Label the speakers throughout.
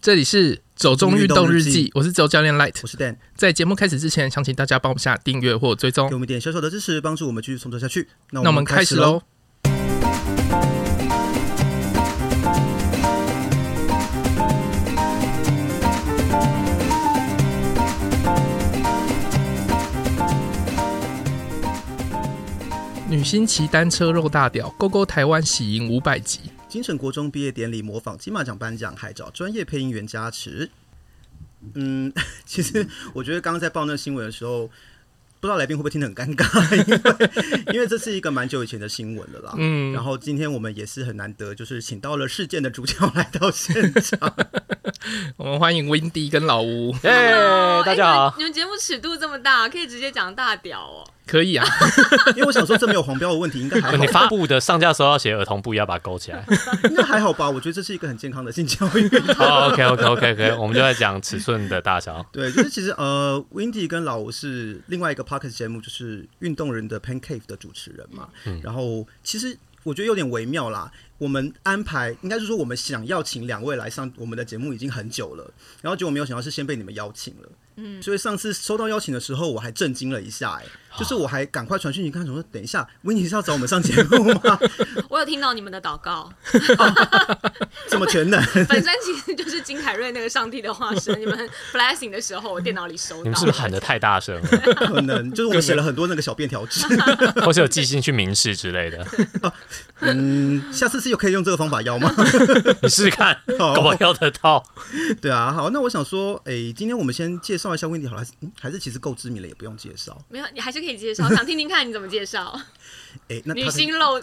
Speaker 1: 这里是走中运动日记，我是走教练 Light
Speaker 2: 我。是 Dan，
Speaker 1: 在节目开始之前，想请大家帮我们下订阅或追踪
Speaker 2: 给。我们一点小小的支持，帮助我们继续冲刺下去。那
Speaker 1: 那我们开始喽。。女星骑单车肉大屌，勾勾台湾喜迎五百集。
Speaker 2: 金城国中毕业典礼模仿金马奖颁奖，还找专业配音员加持。嗯， 其实我觉得刚刚在报那个新闻的时候，不知道来宾会不会听得很尴尬， 因为因为这是一个蛮久以前的新闻了啦。
Speaker 1: 嗯，
Speaker 2: 然后今天我们也是很难得，就是请到了事件的主角来到现场。
Speaker 1: 我们欢迎 Windy 跟老吴，
Speaker 3: 耶、
Speaker 4: Hello，
Speaker 3: 大
Speaker 4: 哎
Speaker 3: 家好，
Speaker 4: 你们你们节目尺度这么大，可以直接讲大屌哦。
Speaker 1: 可 以啊。
Speaker 2: 因为我想说，这没有黄标的问题，应该
Speaker 4: 哎
Speaker 2: 还好
Speaker 1: 哦
Speaker 3: 哦你，发布的上架的时候要写儿童不宜，要把它勾 起来。
Speaker 2: 应该还好吧？我觉得这是一个很健康的性教育。
Speaker 3: 哦 OK OK OK OK，我们就在讲尺寸的大小。
Speaker 2: 对，就是其实呃，Windy 跟老吴是另外一个 p o c k e t 节目，就是运动人的 Pancake 的主持人嘛。然后其实我觉得有点微妙啦。我们安排应该是说我们想要请两位来上我们的节目已经很久了，然后结果没有想到是先被你们邀请了。嗯，所以上次收到邀请的时候，我还震惊了一下、哎， 就是我还赶快传讯息看，想说等一下，Windy 是要找我们上节目吗？
Speaker 4: 我有听到你们的祷告，
Speaker 2: 这么全能？
Speaker 4: 本身其实就是金凯瑞那个上帝的化身。你们 blessing 的时候，我电脑里收
Speaker 3: 你
Speaker 4: 到
Speaker 3: 们。是不是喊的太大声了，
Speaker 2: 可能就是我们写了很多那个小便条纸。
Speaker 4: 哦
Speaker 3: 或是有寄信去明示之类的？
Speaker 2: 嗯，下次是有可以用这个方法邀吗？
Speaker 3: 你试试 看，
Speaker 4: 哦
Speaker 2: 好
Speaker 3: 搞不好要得到。
Speaker 2: 对啊，好，那我想说，诶，今天我们先介绍一下 Wendy 好了，还是、嗯、还是其实够知名了，也不用介绍。
Speaker 4: 没有，你还是可以介绍，想听听看你怎么介绍。
Speaker 2: 诶，那
Speaker 4: 女
Speaker 2: 她是
Speaker 4: 星露，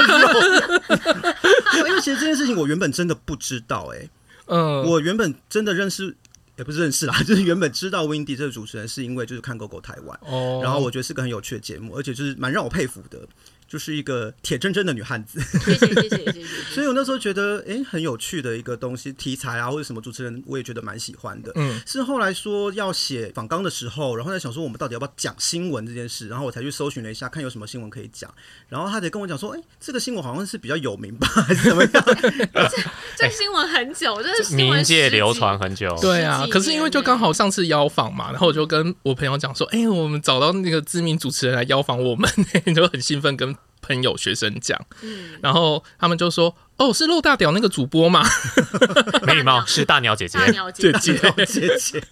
Speaker 2: 因为因为其实这件事情我原本真的不知道、诶，
Speaker 1: 嗯，
Speaker 2: 我原本真的认识，也不是认识啦， 就是原本知道 Wendy 这个主持人是因为就是看《狗狗台湾》
Speaker 1: 哦，
Speaker 2: 然后我觉得是个很有趣的节目，而且就是蛮让我佩服的，就是一个铁铮铮的女汉子。
Speaker 4: 谢谢谢谢谢谢谢
Speaker 2: 所
Speaker 4: 谢。
Speaker 2: 以我那时候觉得，诶，很有趣的一个东西题材啊，或者什么主持人，我也觉得蛮喜欢的。
Speaker 1: 嗯，
Speaker 2: 是后来说要写访纲的时候，然后在想说我们到底要不要讲新闻这件事，然后我才去搜寻了一下，看有什么新闻可以讲。然后他得跟我讲说，哎、这个新闻好像是比较有名吧，还是怎么样？
Speaker 4: 这新闻很久，这是新闻
Speaker 3: 民界
Speaker 4: 十集
Speaker 3: 流传。很
Speaker 2: 哦
Speaker 3: 久，
Speaker 1: 对啊
Speaker 4: 十，几
Speaker 1: 可是因为
Speaker 4: 年
Speaker 1: 就
Speaker 4: 呢
Speaker 1: 刚好上次邀访嘛，然后我就跟我朋友讲说，哎、我们找到那个知名主持人来邀访我们， 就很兴奋跟朋友学生讲，
Speaker 4: 嗯，
Speaker 1: 然后他们就说，哦，是露大屌那个主播嘛，
Speaker 3: 没礼貌是大鸟姐姐
Speaker 4: 啊大。鸟姐
Speaker 1: 姐 姐，
Speaker 2: 啊姐姐，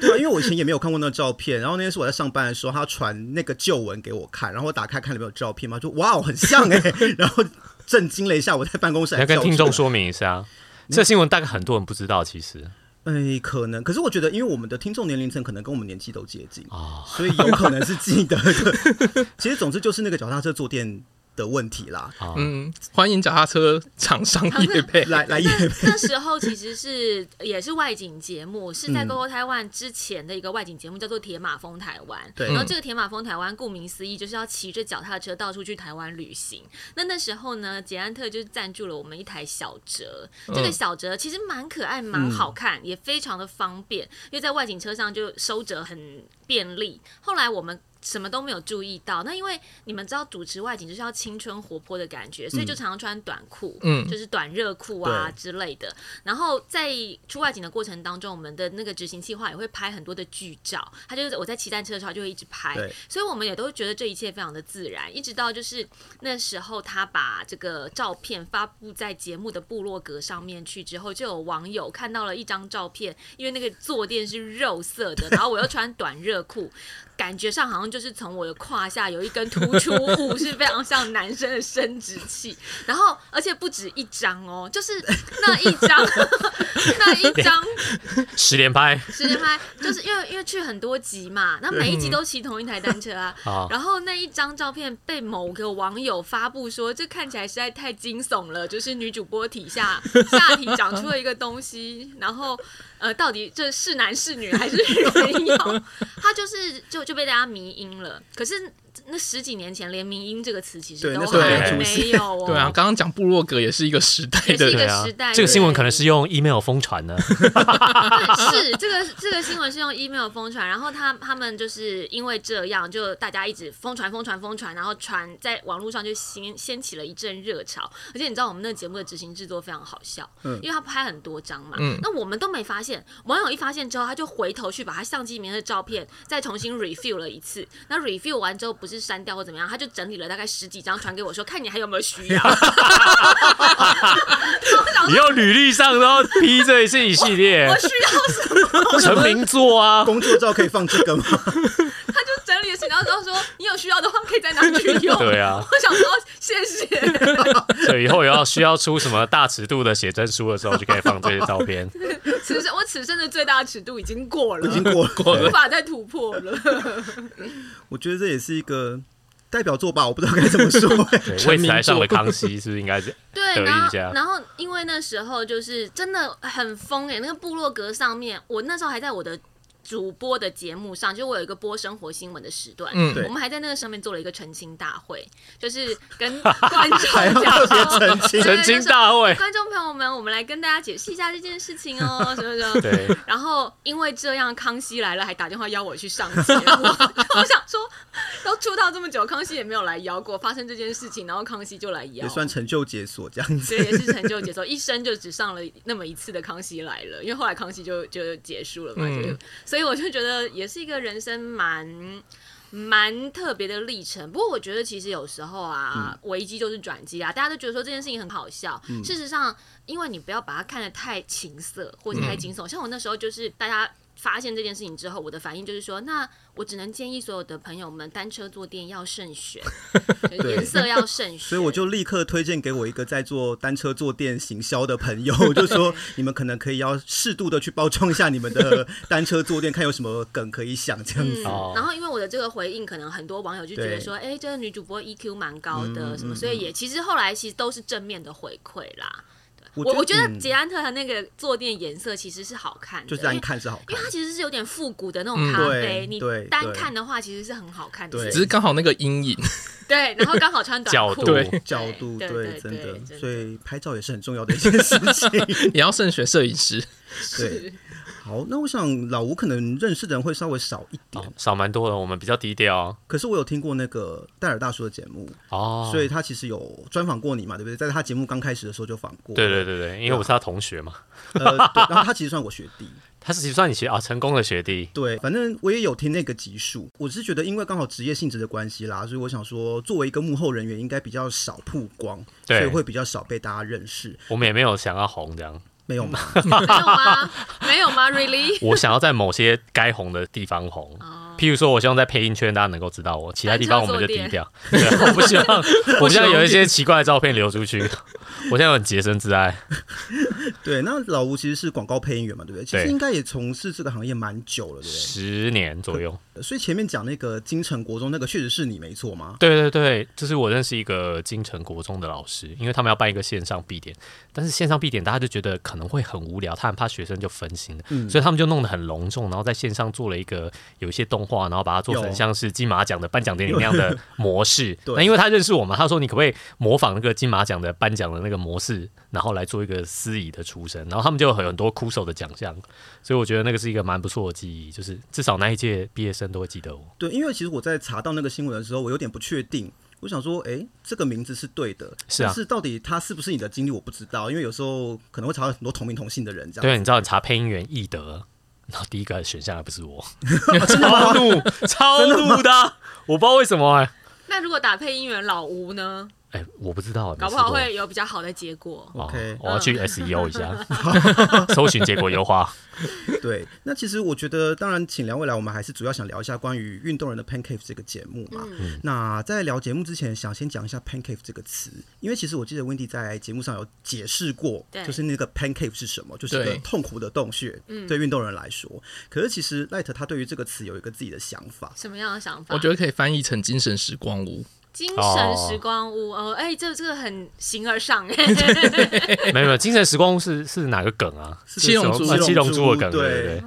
Speaker 2: 对啊，因为我以前也没有看过那个照片。然后那天是我在上班的时候，他传那个旧文给我看，然后我打开看里面有照片嘛，就哇，很像哎、 然后震惊了一下，我在办公室
Speaker 3: 你
Speaker 2: 还
Speaker 3: 要跟
Speaker 2: 叫出来
Speaker 3: 听众说明一下，
Speaker 4: 嗯
Speaker 3: 这新闻大概很多人不知道，其实
Speaker 2: 哎，可能，可是我觉得，因为我们的听众年龄层可能跟我们年纪都接近，
Speaker 3: 哦，
Speaker 2: 所以有可能是记得的。 其实，总之就是那个脚踏车坐垫的问题啦。
Speaker 3: 哦
Speaker 1: 嗯，欢迎脚踏车厂商业配，
Speaker 2: 来来，也
Speaker 4: 那时候其实是也是外景节目，是在《GoGo 台湾》之前的一个外景节目，叫做《铁马风台湾》。
Speaker 2: 对
Speaker 4: 然后这个铁马风台湾，顾名思义就是要骑着脚踏车到处去台湾旅行。那那时候呢，捷安特就赞助了我们一台小折，这个小折其实蛮可爱、蛮好看，也非常的方便，因为在外景车上就收折很便利。后来我们。什么都没有注意到，那因为你们知道主持外景就是要青春活泼的感觉，所以就常常穿短裤，
Speaker 1: 嗯
Speaker 4: 就是短热裤啊
Speaker 2: 对
Speaker 4: 之类的。然后在出外景的过程当中，我们的那个执行计划也会拍很多的剧照，他就是我在骑单车的时候他就会一直拍
Speaker 2: 对，
Speaker 4: 所以我们也都觉得这一切非常的自然，一直到就是那时候他把这个照片发布在节目的部落格上面去之后，就有网友看到了一张照片，因为那个坐垫是肉色 的，然后我又穿短热裤，感觉上好像就是从我的胯下有一根突出物，是非常像男生的生殖器。然后，而且不止一张哦，就是 那一张， 那一张
Speaker 3: 十连拍
Speaker 4: 时间拍，就是因为因为去很多集嘛，那每一集都骑同一台单车啊。
Speaker 3: 啊，
Speaker 4: 然后那一张照片被某个网友发布说，这看起来实在太惊悚了，就是女主播体下 下体长出了一个东西，然后呃，到底这是男是女还是没有？他就是就就被大家迷晕了。可是那十几年前，连“民音”这个词其实
Speaker 2: 对
Speaker 4: 都
Speaker 2: 那时候
Speaker 3: 还
Speaker 4: 还
Speaker 3: 没
Speaker 4: 没
Speaker 2: 出现
Speaker 4: 有哦。
Speaker 1: 对啊，，刚刚讲部落格也是一个时代
Speaker 4: 也
Speaker 1: 的，
Speaker 4: 是一个
Speaker 3: 对啊
Speaker 4: 时代，
Speaker 3: 这个新闻
Speaker 4: 对
Speaker 3: 可能是用 email 疯传 的，
Speaker 4: 是这个这个新闻是用 email 疯传，然后他他们就是因为这样，就大家一直疯传疯传疯传，然后传在网络上就掀掀起了一阵热潮。而且你知道我们那个节目的执行制作非常好笑，
Speaker 2: 嗯
Speaker 4: 因为他拍很多张嘛，
Speaker 1: 嗯
Speaker 4: 那我们都没发现，网友一发现之后，他就回头去把他相机里面的照片再重新 review 了一次。那 review 完之后不是删掉或怎么样，他就整理了大概十几张传给我说，看你还有没有需要。
Speaker 3: 你要履历上哦都要批这一次一系列
Speaker 4: 我需要
Speaker 3: 成名作啊，
Speaker 2: 工作照可以放这个吗？
Speaker 4: 他就整理了行，然后说你有需要的话可以再拿去用。
Speaker 3: 对啊
Speaker 4: 我想说谢谢。
Speaker 3: 所以以后要需要出什么大尺度的写真书的时候，就可以放这些照片。
Speaker 4: 此生 我此生的最大尺度已经过了，
Speaker 2: 已经过了。
Speaker 4: 无法再突破了。
Speaker 2: 我觉得这也是一个代表作吧，我不知道该怎么 说、
Speaker 3: 对，
Speaker 1: 成
Speaker 3: 为
Speaker 1: 名
Speaker 3: 此台上的
Speaker 1: 作
Speaker 3: 康熙是不是应该是？
Speaker 4: 对，
Speaker 3: 得意
Speaker 4: 然后
Speaker 3: 一下
Speaker 4: 然后因为那时候就是真的很疯欸诶、那个部落格上面，我那时候还在我的。主播的节目上，就我有一个播生活新闻的时段，
Speaker 1: 嗯
Speaker 2: 对
Speaker 4: 我们还在那个上面做了一个澄清大会，就是跟观众
Speaker 2: 还要
Speaker 4: 讲
Speaker 2: 特别
Speaker 4: 说
Speaker 2: 澄清
Speaker 4: 对。
Speaker 3: 澄清大会，
Speaker 4: 观众朋友们，我们来跟大家解释一下这件事情哦，什么什么。
Speaker 3: 对，
Speaker 4: 然后因为这样，康熙来了还打电话邀我去上节目， 我想说，都出道这么久，康熙也没有来邀过，发生这件事情，然后康熙就来邀
Speaker 2: 也，算成就解锁这样子
Speaker 4: 所以。也是成就解说，一生就只上了那么一次的康熙来了，因为后来康熙就就结束了嘛，
Speaker 1: 嗯
Speaker 4: 就所以我就觉得也是一个人生蛮。蛮特别的历程，不过我觉得其实有时候啊，
Speaker 2: 嗯
Speaker 4: 危机就是转机啊。大家都觉得说这件事情很好笑，事实上因为你不要把它看得太情色或者
Speaker 2: 嗯
Speaker 4: 太惊悚。像我那时候就是大家发现这件事情之后，我的反应就是说，那我只能建议所有的朋友们，单车坐垫要慎 选， 就是颜色要慎选。
Speaker 2: 所以我就立刻推荐给我一个在做单车坐垫行销的朋友，我就说你们可能可以要适度的去包装一下你们的单车坐垫，看有什么梗可以想这样子。
Speaker 3: 哦
Speaker 4: 嗯然后因为我的这个回应，可能很多网友就觉得
Speaker 2: 嗯对
Speaker 4: 说，哎、这个女主播 EQ 蛮高
Speaker 2: 嗯
Speaker 4: 的，
Speaker 2: 嗯
Speaker 4: 什么，所以也其实后来其实都是正面的回馈啦。我
Speaker 2: 我
Speaker 4: 我觉得
Speaker 2: 嗯
Speaker 4: 捷安特的那个坐垫颜色其实是好看的，
Speaker 2: 就是
Speaker 4: 因
Speaker 2: 单
Speaker 4: 为
Speaker 2: 看是好
Speaker 4: 因
Speaker 2: 看
Speaker 4: 为，它其实是有点复古的那种
Speaker 1: 嗯
Speaker 4: 咖
Speaker 2: 对对
Speaker 4: 啡，你单
Speaker 2: 对
Speaker 4: 看的话其实是很好看的
Speaker 2: 对
Speaker 4: 事
Speaker 1: 只
Speaker 4: 情。
Speaker 1: 是刚好那个阴影，
Speaker 4: 对，然后刚好穿短
Speaker 3: 角
Speaker 4: 裤，
Speaker 3: 度，
Speaker 1: 对
Speaker 2: 角度
Speaker 4: 对对
Speaker 2: 真
Speaker 4: 对
Speaker 2: 的，
Speaker 4: 真的
Speaker 2: 所以拍照也是很重要的一件事情。
Speaker 1: 也要慎选摄影师。
Speaker 2: 对，好，那我想老吴可能认识的人会稍微少一点，
Speaker 3: 哦少蛮多的，我们比较低调
Speaker 2: 可是我有听过那个戴尔大叔的节目，
Speaker 3: 哦。
Speaker 2: 所以他其实有专访过你嘛，对不对？在他节目刚开始的时候就访过，
Speaker 3: 对对对对，因为我是他同学嘛，
Speaker 2: 呃，对，然后他其实算我学弟，
Speaker 3: 他是算你学啊成功的学弟，
Speaker 2: 对，反正我也有听那个集数，我是觉得因为刚好职业性质的关系啦，所以我想说，作为一个幕后人员，应该比较少曝光，所
Speaker 3: 对
Speaker 2: 以会比较少被大家认识，
Speaker 3: 我们也没有想要红这样，
Speaker 2: 没有吗？
Speaker 4: 没有吗？没有 吗？Really？
Speaker 3: 我想要在某些该红的地方红。譬如说，我希望在配音圈大家能够知道我，其他地方我们就低调。对，我不希望，我现在有一些奇怪的照片流出去，我现在有很洁身自爱。
Speaker 2: 对，那老吴其实是广告配音员嘛，对不对？其实
Speaker 3: 对
Speaker 2: 应该也从事这个行业蛮久了，对不
Speaker 3: 十年左右，
Speaker 2: 对？所以前面讲那个金城国中那个确实是你没错吗？
Speaker 3: 对对对，就是我认识一个金城国中的老师，因为他们要办一个线上必点，但是线上必点大家就觉得可能会很无聊，他很怕学生就分心了，
Speaker 2: 嗯
Speaker 3: 所以他们就弄得很隆重，然后在线上做了一个有一些动画，然后把它做
Speaker 2: 有
Speaker 3: 成像是金马奖的颁奖典礼那样的模式。
Speaker 2: 对
Speaker 3: 那因为他认识我嘛，他说你可不可以模仿那个金马奖的颁奖的那个模式，然后来做一个司仪的出身，然后他们就有很多酷手的奖项，所以我觉得那个是一个蛮不错的记忆，就是至少那一届毕业生都会记得我。
Speaker 2: 对，因为其实我在查到那个新闻的时候，我有点不确定。我想说，诶，这个名字是对的，
Speaker 3: 是啊
Speaker 2: 但是到底他是不是你的经历，我不知道，因为有时候可能会查到很多同名同姓的人这样。
Speaker 3: 对，你知道你查配音员易德，然后第一个选项还不 是我，超怒，超怒的啊，我不知道为什么哎、
Speaker 4: 那如果打配音员老吴呢？
Speaker 3: 哎、我不知道，没
Speaker 4: 搞不好嗯
Speaker 3: 试过
Speaker 4: 会有比较好的结果。
Speaker 3: 哦
Speaker 2: OK
Speaker 3: 我要去 SEO 一 下，搜寻结果优化。
Speaker 2: 对，那其实我觉得，当然，请两位来，我们还是主要想聊一下关于运动人的 Pancake 这个节目嘛。那在聊节目之前，想先讲一下 Pancake 这个词，因为其实我记得 Wendy 在节目上有解释过，
Speaker 4: 对
Speaker 2: 就是那个 Pancake 是什么，就是一个
Speaker 1: 对
Speaker 2: 痛苦的洞穴，对运动人来说。可是其实 Light 他对于这个词有一个自己的想法，
Speaker 4: 什么样的想法？
Speaker 1: 我觉得可以翻译成精神时光屋。
Speaker 4: 精
Speaker 3: 哦
Speaker 4: 神时光屋哦，哎、这这个很形而上哎、
Speaker 3: 没有没有，精神时光屋是是哪个梗啊？
Speaker 1: 七龙珠
Speaker 3: 啊七龙珠的梗，
Speaker 2: 对
Speaker 4: 哎
Speaker 3: 对对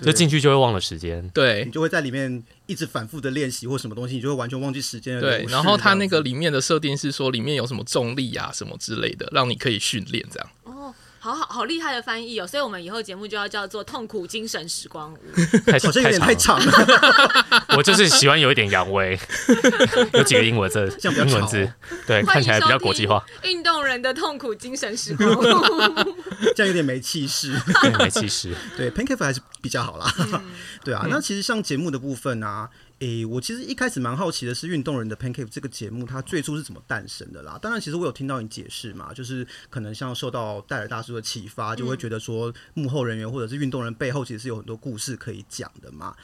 Speaker 3: 对。就进去就会忘了 时间。
Speaker 1: 对
Speaker 2: 你，就会在里面一直反复的练习或什么东西，你就会完全忘记时间的流
Speaker 1: 对
Speaker 2: 逝，
Speaker 1: 然后它那
Speaker 2: 这
Speaker 1: 个
Speaker 2: 样子
Speaker 1: 里面的设定是说里面有什么重力啊什么之类的，让你可以训练这样。
Speaker 4: 哦，好好好厉害的翻译哦，所以我们以后节目就要叫做《痛苦精神时光屋》。
Speaker 3: 太
Speaker 2: 好像有点太
Speaker 3: 太
Speaker 2: 长了，
Speaker 3: 了，我就是喜欢有一点洋味，有几个英文字，
Speaker 2: 样比较
Speaker 3: 英文
Speaker 2: 潮
Speaker 3: 字，对，
Speaker 4: 欢
Speaker 3: 看
Speaker 4: 迎
Speaker 3: 起来比
Speaker 4: 收
Speaker 3: 较
Speaker 4: 听
Speaker 3: 国际 化，
Speaker 4: 运动人的痛苦精神时光 屋。
Speaker 2: 这样有点没气势。
Speaker 3: 对没气势。
Speaker 2: 对 Pancake 还是比较好啦。 对啊，那其实像节目的部分啊，诶、我其实一开始蛮好奇的是，运动人的 Pancake 这个节目它最初是怎么诞生的啦？当然，其实我有听到你解释嘛，就是可能像受到戴尔大叔的启发，就会觉得说幕后人员或者是运动人背后其实是有很多故事可以讲的嘛。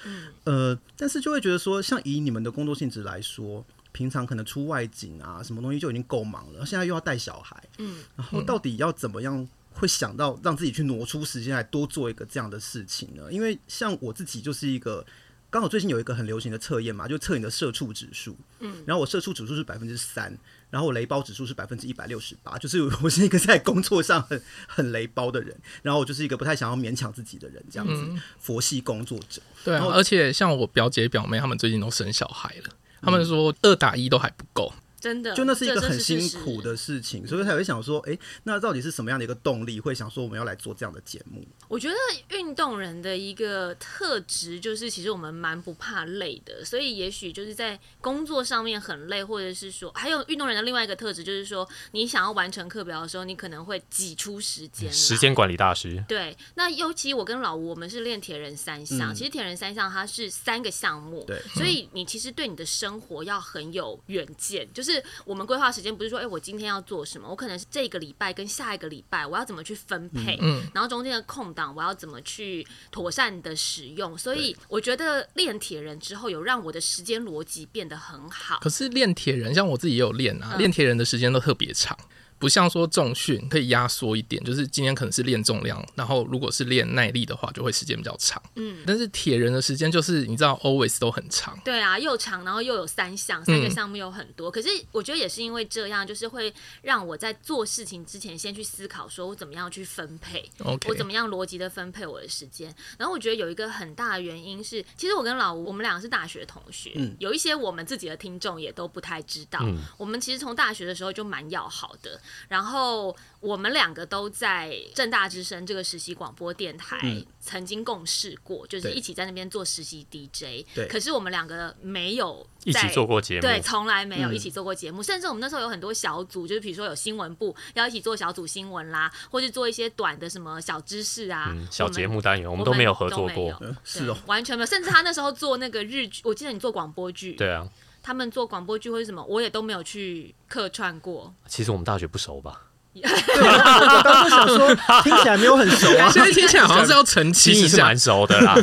Speaker 2: 呃，但是就会觉得说，像以你们的工作性质来说。平常可能出外景啊，什么东西就已经够忙了，现在又要带小孩，然
Speaker 4: 嗯
Speaker 2: 后到底要怎么样会想到让自己去挪出时间来多做一个这样的事情呢？因为像我自己就是一个。刚好最近有一个很流行的测验嘛，就测你的社畜指数。嗯，然后我社畜指数是百分之三，然后我雷包指数是百分之一百六十八，就是我是一个在工作上很 很雷包的人，然后我就是一个不太想要勉强自己的人，这样子、
Speaker 4: 嗯
Speaker 2: 佛系工作者。
Speaker 1: 对啊，而且像我表姐表妹他们最近都生小孩
Speaker 3: 嗯
Speaker 1: 了，他们说二打一都还不够。
Speaker 4: 真的，
Speaker 2: 就那是一个
Speaker 4: 呃这真
Speaker 2: 很辛
Speaker 4: 事实
Speaker 2: 苦。的事情，所以才会想说，诶，那到底是什么样的一个动力，会想说我们要来做这样的节目？
Speaker 4: 我觉得运动人的一个特质就是，其实我们蛮不怕累的，所以也许就是在工作上面很累，或者是说，还有运动人的另外一个特质就是说，你想要完成课表的时候，你可能会挤出时间来，
Speaker 3: 时间管理大师，
Speaker 4: 对，那尤其我跟老吴，我们是练铁人三项。
Speaker 2: 嗯
Speaker 4: 其实铁人三项它是三个项目，
Speaker 2: 对
Speaker 4: 所以你其实对你的生活要很有远见。就是我们规划时间，不是说，哎、我今天要做什么，我可能是这个礼拜跟下一个礼拜我要怎么去分配，
Speaker 1: 嗯
Speaker 4: 然后中间的空档我要怎么去妥善的使用。所以我觉得练铁人之后，有让我的时间逻辑变得很好。
Speaker 1: 可是练铁人，像我自己也有练啊，
Speaker 4: 嗯
Speaker 1: 练铁人的时间都特别长，不像说重训可以压缩一点，就是今天可能是练重量，然后如果是练耐力的话，就会时间比较长。嗯，但是铁人的时间就是你知道，always 都很 长。
Speaker 4: 对啊，又长，然后又有三项，三个
Speaker 1: 嗯
Speaker 4: 项目有很多。可是我觉得也是因为这样，就是会让我在做事情之前先去思考，说我怎么样去分配
Speaker 1: OK，
Speaker 4: 我怎么样逻辑的分配我的时间。然后我觉得有一个很大的原因是，其实我跟老吴我们俩是大学同学，
Speaker 2: 嗯
Speaker 4: 有一些我们自己的听众也都不太知道。
Speaker 3: 嗯
Speaker 4: 我们其实从大学的时候就蛮要好的，然后我们两个都在正大之声这个实习广播电台
Speaker 2: 嗯
Speaker 4: 曾经共事过，就是
Speaker 2: 对
Speaker 4: 一起在那边做实习 DJ。
Speaker 2: 对
Speaker 4: 可是我们两个没有
Speaker 3: 一起
Speaker 4: 在
Speaker 3: 做过节目，
Speaker 4: 对，从来没有
Speaker 2: 嗯
Speaker 4: 一起做过节目，甚至我们那时候有很多小组，就是比如说有新闻部要一起做小组新闻啦，或是做一些短的什么小知识啊、
Speaker 3: 嗯，小
Speaker 4: 我们
Speaker 3: 节目单元我
Speaker 4: 我
Speaker 3: 们都没有合作
Speaker 4: 没
Speaker 3: 过
Speaker 4: 有，
Speaker 2: 嗯，
Speaker 4: 对
Speaker 2: 是哦，
Speaker 4: 完全没有。甚至他那时候做那个日剧，我记得你做广播剧，
Speaker 3: 对啊，
Speaker 4: 他们做广播剧或是什么，我也都没有去客串过。
Speaker 3: 其实我们大学不熟吧？
Speaker 2: 对，啊我当时想说，听起来没有很熟啊。
Speaker 1: 现在听起来好像是要澄
Speaker 3: 其
Speaker 1: 清一
Speaker 3: 实是
Speaker 1: 下
Speaker 3: 蛮，熟的 啦，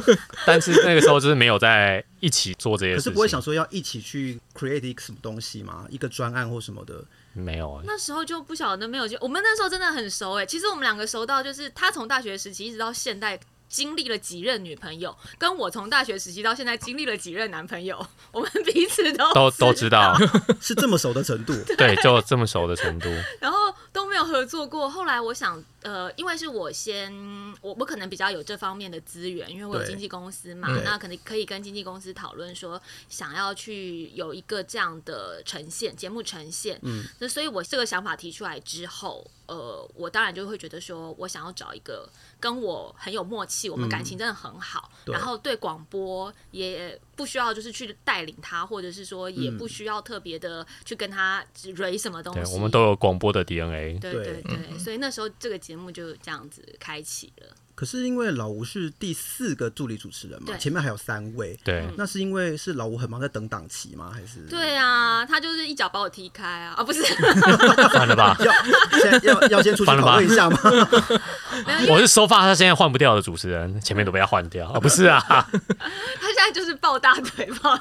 Speaker 3: 但是那个时候就是没有在一起做这些
Speaker 2: 可
Speaker 3: 事
Speaker 2: 是
Speaker 3: 情，
Speaker 2: 不会想说要一起去 create 一个什么东西吗？一个专案或什么的，
Speaker 3: 没有、欸，
Speaker 4: 那时候就不晓得没有去，我们那时候真的很熟哎、其实我们两个熟到，就是他从大学时期一直到现在。经历了几任女朋友，跟我从大学时期到现在经历了几任男朋友，我们彼此都
Speaker 3: 都都知道，
Speaker 2: 是这么熟的程度。
Speaker 3: 对，就这么熟的程度，
Speaker 4: 然后都没有合作过。后来我想，呃，因为是我先，我我可能比较有这方面的资源，因为我有
Speaker 2: 对嗯
Speaker 4: 经纪公司嘛
Speaker 1: 对，
Speaker 4: 那可能可以跟经纪公司讨论说，想要去有一个这样的呈现节目呈现。嗯，那所以我这个想法提出来之后，呃，我当然就会觉得说我想要找一个跟我很有默契，我们感情真的很好，
Speaker 2: 嗯对
Speaker 4: 然后对广播也不需要就是去带领他，或者是说也
Speaker 2: 嗯
Speaker 4: 不需要特别的去跟他蕊什么东
Speaker 3: 对，
Speaker 4: 西。
Speaker 3: 我们都有广播的 DNA，
Speaker 4: 对
Speaker 2: 对
Speaker 4: 对对，所以那时候这个节目就这样子开启了。
Speaker 2: 可是因为老吴是第四个助理主持人嘛，
Speaker 4: 对
Speaker 2: 前面还有三位，
Speaker 3: 对，
Speaker 2: 那是因为是老吴很忙在等档期吗？还是
Speaker 4: 对啊，他就是一脚把我踢开啊，啊不是，
Speaker 3: 算了吧。
Speaker 2: 要现在要要先出去
Speaker 3: 烦了吧
Speaker 2: 讨论一下吗？
Speaker 4: 没有，因为
Speaker 3: 我是收发他现在换不掉的主持人，前面都被他换掉啊，不是啊，
Speaker 4: 他现在就是抱大腿抱。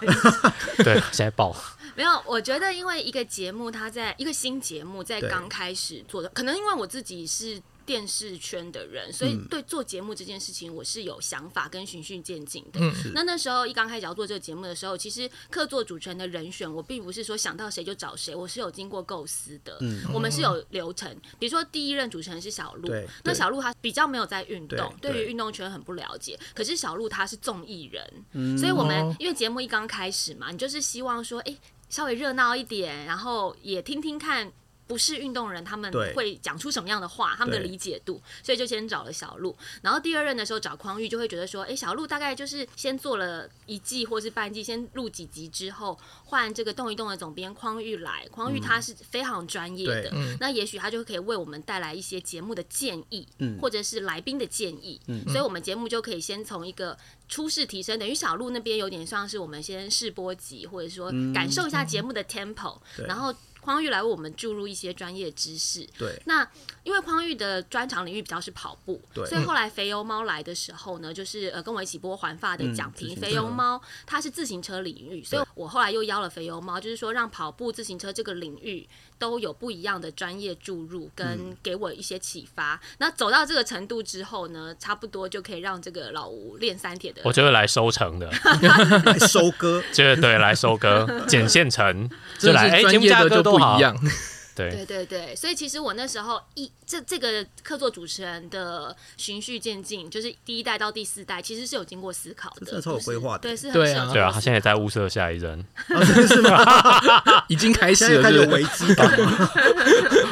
Speaker 3: 对，现在爆，
Speaker 4: 没有，我觉得因为一个节目，它在一个新节目在
Speaker 2: 对
Speaker 4: 刚开始做的，可能因为我自己是电视圈的人，所
Speaker 2: 嗯
Speaker 4: 以对做节目这件事情我是有想法跟循序渐进的。那那时候一刚开始要做这个节目的时候，其实客座主持人的人选，我并不是说想到谁就找谁，我是有经过构思的。我们是有流程，比如说第一任主持人是小鹿
Speaker 2: 嗯对，
Speaker 4: 那
Speaker 2: 对
Speaker 4: 小鹿他比较没有在运动，
Speaker 2: 对
Speaker 4: 对于
Speaker 2: 对
Speaker 4: 运动圈很不了解，可是小鹿他是综艺人，
Speaker 2: 嗯
Speaker 4: 所以我们
Speaker 1: 哦
Speaker 4: 因为节目一刚开始嘛，你就是希望说，哎、稍微热闹一点，然后也听听看。不是运动人，他们
Speaker 2: 对
Speaker 4: 会讲出什么样的话，他们的
Speaker 2: 对
Speaker 4: 理解度，所以就先找了小鹿。然后第二任的时候找匡玉，就会觉得说，哎、小鹿大概就是先做了一季或是半季，先录几集之后，换这个动一动的总编匡玉来。匡
Speaker 2: 嗯
Speaker 4: 玉他是非常专业的，
Speaker 2: 对
Speaker 4: 那也许他就可以为我们带来一些节目的建议，
Speaker 2: 嗯
Speaker 4: 或者是来宾的建议。所以我们节目就可以先从一个初试提升，等于小鹿那边有点像是我们先试播集，或者说感受一下节目的 tempo，、
Speaker 2: 嗯对
Speaker 4: 然后匡玉来为我们注入一些专业知识。
Speaker 2: 对，
Speaker 4: 那因为匡玉的专长领域比较是跑步，
Speaker 2: 对嗯
Speaker 4: 所以后来肥油猫来的时候呢，就是呃跟我一起播环发的讲
Speaker 2: 嗯自
Speaker 4: 评。
Speaker 2: 行车
Speaker 4: 肥油猫它是自行车领域，所以我后来又邀了肥油猫，就是说让跑步、自行车这个领域都有不一样的专业注入，跟
Speaker 2: 嗯
Speaker 4: 给我一些启发。那走到这个程度之后呢，差不多就可以让这个老吴练三铁的
Speaker 3: 我就会来收成的，
Speaker 2: 来收割，
Speaker 3: 绝对来收割，捡现成，就
Speaker 1: 真的
Speaker 3: 来。哎，
Speaker 1: 是
Speaker 3: 节
Speaker 1: 专
Speaker 3: 目
Speaker 1: 业
Speaker 3: 价
Speaker 1: 的
Speaker 3: 格
Speaker 1: 就
Speaker 3: 都
Speaker 1: 不
Speaker 3: 好
Speaker 1: 一， 样，
Speaker 3: 对，
Speaker 4: 对对对，所以其实我那时候一这这个客座主持人的循序渐进，就是第一代到第四代，其实是有经过思考的，
Speaker 2: 这真的超有
Speaker 4: 不是
Speaker 2: 规划的
Speaker 4: 对，是很
Speaker 1: 对
Speaker 4: 适合
Speaker 1: 啊
Speaker 4: 做
Speaker 3: 对啊，
Speaker 4: 思
Speaker 3: 他现在也在物色下一任，
Speaker 2: 啊真的是吗？
Speaker 1: 已经开
Speaker 2: 现
Speaker 1: 始
Speaker 2: 在
Speaker 1: 了，
Speaker 2: 开始
Speaker 1: 是啊
Speaker 2: 有
Speaker 1: 不是
Speaker 2: 危机感了。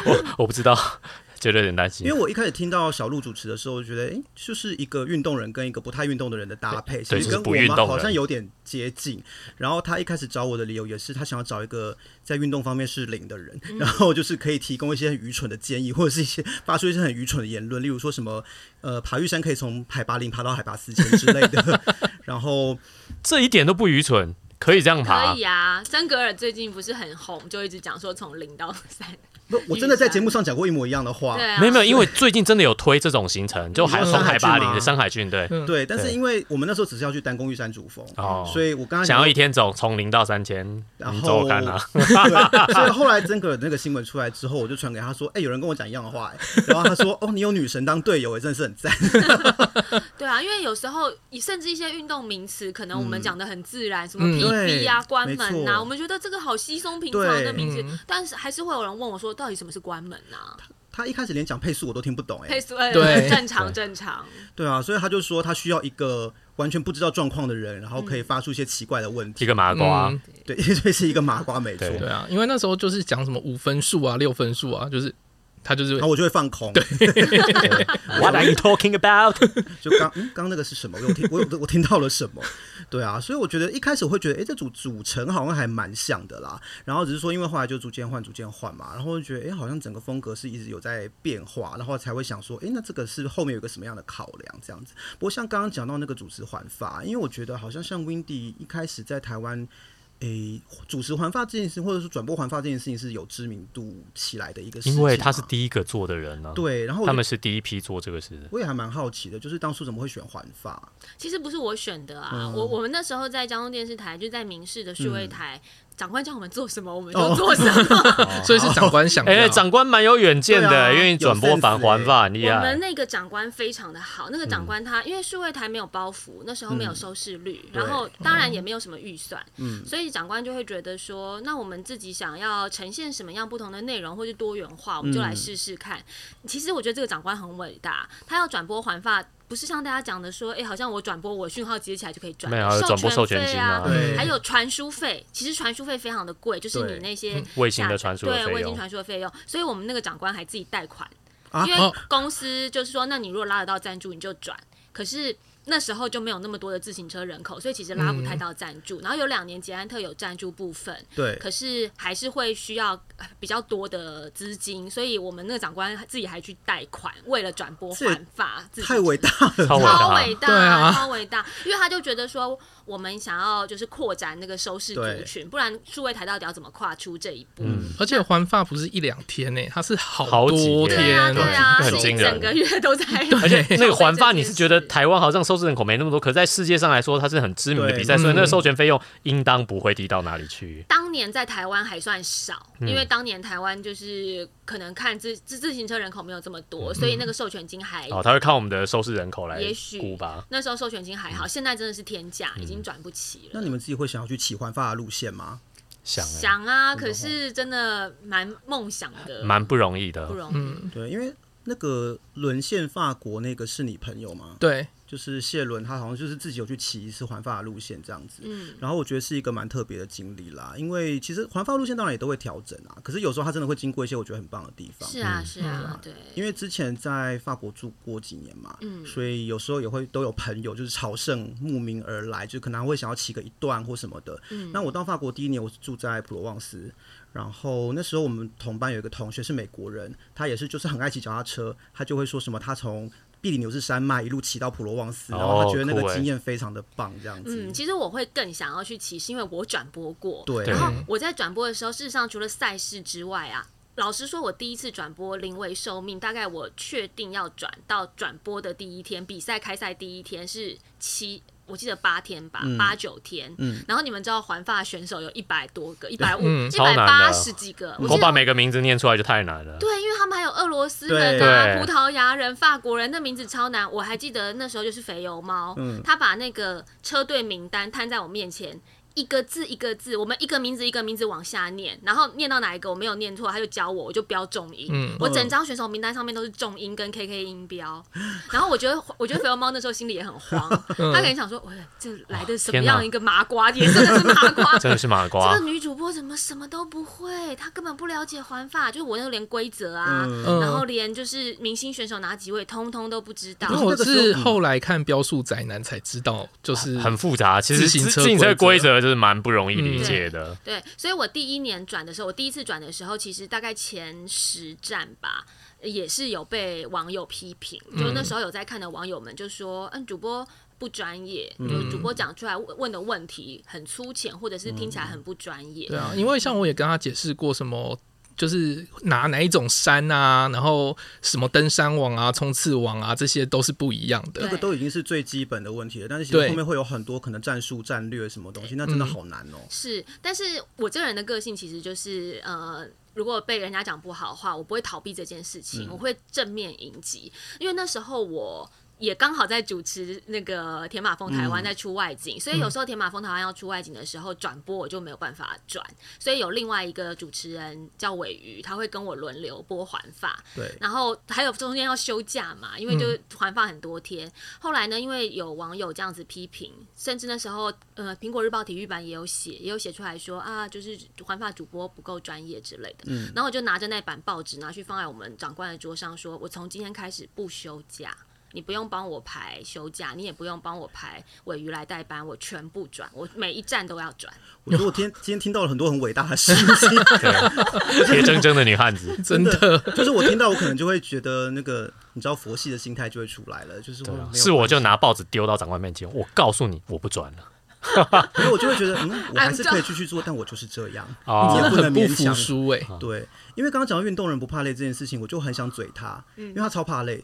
Speaker 3: 我我不知道， 觉得有点担心
Speaker 2: 因为。我一开始听到小鹿主持的时候，我觉得哎、诶就是一个运动人跟一个不太运动的人的搭配，
Speaker 3: 对
Speaker 2: 其
Speaker 3: 就
Speaker 2: 实
Speaker 3: 是
Speaker 2: 跟
Speaker 3: 不
Speaker 2: 我
Speaker 3: 运
Speaker 2: 们
Speaker 3: 动人
Speaker 2: 好像有点接近。然后他一开始找我的理由也是他想要找一个在运动方面是零的人，然后就是可以提供一些很愚蠢的建议，或者是一些发出一些很愚蠢的言论，例如说什么呃爬玉山可以从海拔零爬到海拔四千之类的。 然后
Speaker 3: 这一点都不愚蠢，可以这样爬
Speaker 4: 可以。啊，森格尔最近不是很红，就一直讲说从零到三，
Speaker 2: 不，我真的在节目上讲过一模一样的话，
Speaker 4: 对啊，
Speaker 3: 哦没有没有，因为最近真的有推这种行程，就海
Speaker 2: 你
Speaker 3: 从
Speaker 2: 说
Speaker 3: 海拔
Speaker 2: 嗯山海郡
Speaker 3: 零
Speaker 2: 吗嗯
Speaker 3: 的山海郡，对，
Speaker 2: 对，但是
Speaker 3: 对
Speaker 2: 因为我们那时候只是要去单攻玉山主峰，
Speaker 3: 哦，
Speaker 2: 所以我刚刚
Speaker 3: 想要一天走从零到三千，
Speaker 2: 然
Speaker 3: 你
Speaker 2: 后
Speaker 3: 走我看啊，
Speaker 2: 对， 所以后来曾格尔那个新闻出来之后，我就传给他说：“哎、有人跟我讲一样的话、 哎然后他说：“哦，你有女神当队友、哎，真的是很赞。
Speaker 4: 对啊，因为有时候甚至一些运动名词，可能
Speaker 3: 嗯
Speaker 4: 我们讲的很自然，什么
Speaker 1: 嗯
Speaker 4: PB 啊、
Speaker 2: 对
Speaker 4: 关门
Speaker 2: 没
Speaker 4: 啊，
Speaker 2: 错
Speaker 4: 我们觉得这个好稀松平常的
Speaker 2: 对
Speaker 4: 名字
Speaker 1: 嗯，
Speaker 4: 但是还是会有人问我说，到底什么是关门啊？”
Speaker 2: 他一开始连讲配速我都听不 懂、
Speaker 4: 配
Speaker 2: 哎，
Speaker 4: 速呃
Speaker 1: 对
Speaker 4: 正常正常，
Speaker 2: 对啊，所以他就说他需要一个完全不知道状况的人，然后可以发出一些奇怪的问题。
Speaker 3: 一个麻瓜
Speaker 1: 嗯，
Speaker 2: 对， 就是一个麻瓜没错。
Speaker 3: 对
Speaker 1: 对啊，因为那时候就是讲什么五分数啊、六分数啊，就是他就是
Speaker 2: 然后我就会放空，
Speaker 3: ，What are you talking about？
Speaker 2: 就刚嗯刚那个是什么？我有听我有我听到了什么？对啊，所以我觉得一开始我会觉得，哎、这组组成好像还蛮像的啦。然后只是说，因为后来就逐渐换，逐渐换嘛，然后就觉得，哎、好像整个风格是一直有在变化，然后才会想说，哎、那这个是后面有个什么样的考量这样子。不过像刚刚讲到那个主持环法，因为我觉得好像像 Windy 一开始在台湾。诶，主持环发这件事，或者是转播环发这件事情，是有知名度起来的一个事情
Speaker 3: 因
Speaker 2: 嘛。
Speaker 3: 为他是第一个做的人呢，，
Speaker 2: 啊
Speaker 3: 啊
Speaker 2: 对，然后我
Speaker 3: 他
Speaker 2: 就
Speaker 3: 们是第一批做这个事的。
Speaker 2: 我也还蛮好奇的，就是当初怎么会选环发？
Speaker 4: 其实不是我选的啊，
Speaker 3: 嗯
Speaker 4: 我我们那时候在交通电视台，就在民视的数位台，长官叫我们做什么，我们就
Speaker 2: 哦
Speaker 4: 做什么。
Speaker 1: 所以是长官想要，
Speaker 3: 哎，长官蛮有远见
Speaker 2: 啊对
Speaker 3: 的，
Speaker 2: 啊欸
Speaker 3: 愿意转播返还吧，啊很厉
Speaker 4: 我们
Speaker 3: 害。嗯
Speaker 4: 那个长官非常的好，那个长官他、因为数位台没有包袱，那时候没有收视
Speaker 3: 嗯
Speaker 4: 率，
Speaker 2: 对
Speaker 4: 然后当然也没有什么预算，所以长官就会觉得说，那我们自己想要呈现什么样不同的内容或是多元化，我们就来试试看。其实我觉得这个长官很伟大，他要转播环发。不是像大家讲的说，哎、好像我转播我讯号接起来就可以转，
Speaker 3: 没有还有转播授权
Speaker 4: 费
Speaker 3: 金
Speaker 4: 啊
Speaker 3: 啊，
Speaker 1: 对
Speaker 4: 还有传输费，其实传输费非常的贵，就是
Speaker 2: 对
Speaker 4: 你那些
Speaker 3: 卫星的
Speaker 4: 下
Speaker 3: 传输的
Speaker 4: 对
Speaker 3: 费
Speaker 4: 卫星
Speaker 3: 用，
Speaker 4: 传输的费用，所以我们那个长官还自己贷款，
Speaker 2: 啊
Speaker 4: 因为
Speaker 1: 哦
Speaker 4: 公司就是说，那你如果拉得到赞助，你就转，可是。那时候就没有那么多的自行车人口，所以其实拉不太到赞助。然后有两年捷安特有赞助部分，
Speaker 2: 对，
Speaker 4: 可是还是会需要呃比较多的资金，所以我们那个长官自己还去贷款，为了转播
Speaker 2: 这也
Speaker 4: 环法，自己
Speaker 2: 太伟大了，
Speaker 3: 超伟
Speaker 4: 超
Speaker 3: 大
Speaker 4: 伟。大，
Speaker 1: 对啊
Speaker 4: 超伟大，因为他就觉得说，我们想要就是扩展那个收视族
Speaker 2: 对
Speaker 4: 群，不然数位台到底要怎么跨出这一步？
Speaker 1: 而且环发不是一两天呢、它是好
Speaker 3: 好几
Speaker 1: 多
Speaker 3: 天
Speaker 4: 对啊，
Speaker 1: 天
Speaker 4: 对啊，
Speaker 3: 很
Speaker 4: 是
Speaker 3: 惊
Speaker 4: 一
Speaker 3: 人
Speaker 4: 整个月都在，
Speaker 3: 而且那个环发，
Speaker 4: 发
Speaker 3: 你是觉得台湾好像收受制人口没那么多，可是在世界上来说，它是很知名的
Speaker 2: 对
Speaker 3: 比赛，所以
Speaker 1: 嗯
Speaker 3: 那个授权费用应当不会低到哪里去。
Speaker 4: 当年在台湾还算少，
Speaker 3: 嗯
Speaker 4: 因为当年台湾就是可能看自自自行车人口没有这么多，所以那个授权金还、
Speaker 3: 嗯哦，他会靠我们的收视人口来
Speaker 4: 嗯也许
Speaker 3: 估吧。
Speaker 4: 那时候授权金还
Speaker 3: 嗯
Speaker 4: 好，现在真的是天价，已经转不起
Speaker 2: 那
Speaker 4: 了。
Speaker 2: 你们自己会想要去骑环法的路线吗？
Speaker 3: 想欸
Speaker 4: 想啊，可是真的蛮梦想的，
Speaker 3: 哦蛮嗯不容易的
Speaker 4: 不，容易。
Speaker 1: 嗯
Speaker 2: 对，因为那个沦陷法国那个是你朋友吗？
Speaker 1: 对，
Speaker 2: 就是谢伦，他好像就是自己有去骑一次环法的路线这样子。
Speaker 4: 嗯，
Speaker 2: 然后我觉得是一个蛮特别的经历啦，因为其实环法路线当然也都会调整啊，可是有时候它真的会经过一些我觉得很棒的地方。
Speaker 4: 是啊，
Speaker 3: 嗯
Speaker 4: 是啊，对。
Speaker 2: 因为之前在法国住过几年嘛，
Speaker 4: 嗯
Speaker 2: 所以有时候也会都有朋友就是朝圣慕名而来，就可能会想要骑个一段或什么的。
Speaker 4: 嗯
Speaker 2: 那我到法国第一年，我是住在普罗旺斯，然后那时候我们同班有一个同学是美国人，他也是就是很爱骑脚踏车，他就会说什么他从。比利牛斯山脉一路骑到普罗旺斯，
Speaker 3: 哦
Speaker 2: 然后他觉得那
Speaker 3: 酷
Speaker 2: 个
Speaker 3: 欸
Speaker 2: 经验非常的棒，这样子。
Speaker 4: 嗯，其实我会更想要去骑，是因为我转播过。
Speaker 2: 对
Speaker 4: 然后我在转播的时候，事实上除了赛事之外啊，老实说，我第一次转播临危受命，大概我确定要转到转播的第一天，比赛开赛第一天是七。我记得八天吧，八九天。然后你们知道环法选手有一百多个，一百五、一
Speaker 3: 嗯超
Speaker 4: 百
Speaker 3: 难的啊
Speaker 4: 八十几个。我
Speaker 3: 我
Speaker 4: 记得
Speaker 3: 把每个名字念出来就太难了。
Speaker 4: 对，因为他们还有俄罗斯
Speaker 2: 对
Speaker 4: 人啊、
Speaker 3: 对
Speaker 4: 葡萄牙人、法国人，那名字超难。我还记得那时候就是肥油猫，
Speaker 3: 嗯
Speaker 4: 他把那个车队名单摊在我面前。一个字一个字，我们一个名字一个名字往下念，然后念到哪一个我没有念错，他就教我，我就标重音。
Speaker 1: 嗯
Speaker 4: 我整张选手名单上面都是重音跟 KK 音标，然后我觉得，我觉得肥油猫那时候心里也很 慌，他可能想说，喂，这来的什么
Speaker 3: 嗯天
Speaker 4: 样
Speaker 3: 哪
Speaker 4: 一个麻瓜，也真的是麻瓜，
Speaker 3: 真的是麻 瓜
Speaker 4: 这个，女主播怎么什么都不会？她根本不了解环法，就是我那个连规则啊，
Speaker 1: 嗯
Speaker 4: 然后连就是明星选手哪几位，通通都不知道
Speaker 1: 因。为
Speaker 2: 那
Speaker 1: 我
Speaker 2: 个时候
Speaker 1: 是
Speaker 2: 嗯
Speaker 1: 后来看《标速宅男》才知道，就是
Speaker 3: 很复杂。其实
Speaker 1: 自行车
Speaker 3: 自行车规
Speaker 1: 规则
Speaker 3: 则就是蛮不容易理解的。
Speaker 4: 对，所以我第一年转的时候，我第一次转的时候，其实大概前十站吧，也是有被网友批评。就那时候有在看的网友们就说：“嗯，主播不专业，就主播讲出来问问的问题很粗浅，或者是听起来很不专业。
Speaker 1: 对啊，因为像我也跟他解释过什么。就是拿哪一种山啊，然后什么登山网啊、冲刺网啊，这些都是不一样
Speaker 2: 这
Speaker 1: 的。
Speaker 2: 个
Speaker 4: 对
Speaker 2: 都已经是最基本的问题了，但是其实
Speaker 1: 对
Speaker 2: 后面会有很多可能战术、战略什么东西，那真的好难哦、
Speaker 4: 是，但是我这个人的个性其实就是呃。如果被人家讲不好的话，我不会逃避这件事情，我会正面迎击。因为那时候我也刚好在主持那个铁马峰台湾在出外景，所以有时候铁马峰台湾要出外景的时候，转播我就没有办法转，所以有另外一个主持人叫尾鱼，他会跟我轮流播环法，
Speaker 2: 对，
Speaker 4: 然后还有中间要休假嘛，因为就是环放很多天。后来呢，因为有网友这样子批评，甚至那时候呃，《苹果日报》体育版也有写，也有写出来说啊，就是环发主播不够专业之类的。然后我就拿着那版报纸拿去放在我们长官的桌上说，我从今天开始不休假。你不用帮我排休假，你也不用帮我排尾鱼来代班，我全部转，我每一站都要转。
Speaker 2: 我觉得我今天 今天听到了很多很伟大的事情，
Speaker 3: 铁铮铮的女汉子，
Speaker 1: 真的，
Speaker 2: 就是我听到，我可能就会觉得那个，你知道佛系的心态就会出来了，就是会
Speaker 1: 啊
Speaker 2: 没有
Speaker 3: 是我就拿报纸丢到长官面前，我告诉你，我不转了。
Speaker 2: 因为我就会觉得，嗯，我 还是可以继续做，但我就是这样，
Speaker 3: 哦
Speaker 2: 啊你也不
Speaker 1: 很
Speaker 2: 能
Speaker 1: 不
Speaker 2: 勉
Speaker 1: 服
Speaker 2: 强。啊
Speaker 1: 输哎、
Speaker 2: 对，因为刚刚讲到运动人不怕累这件事情，我就很想嘴他，因为
Speaker 1: 嗯
Speaker 2: 他超怕累。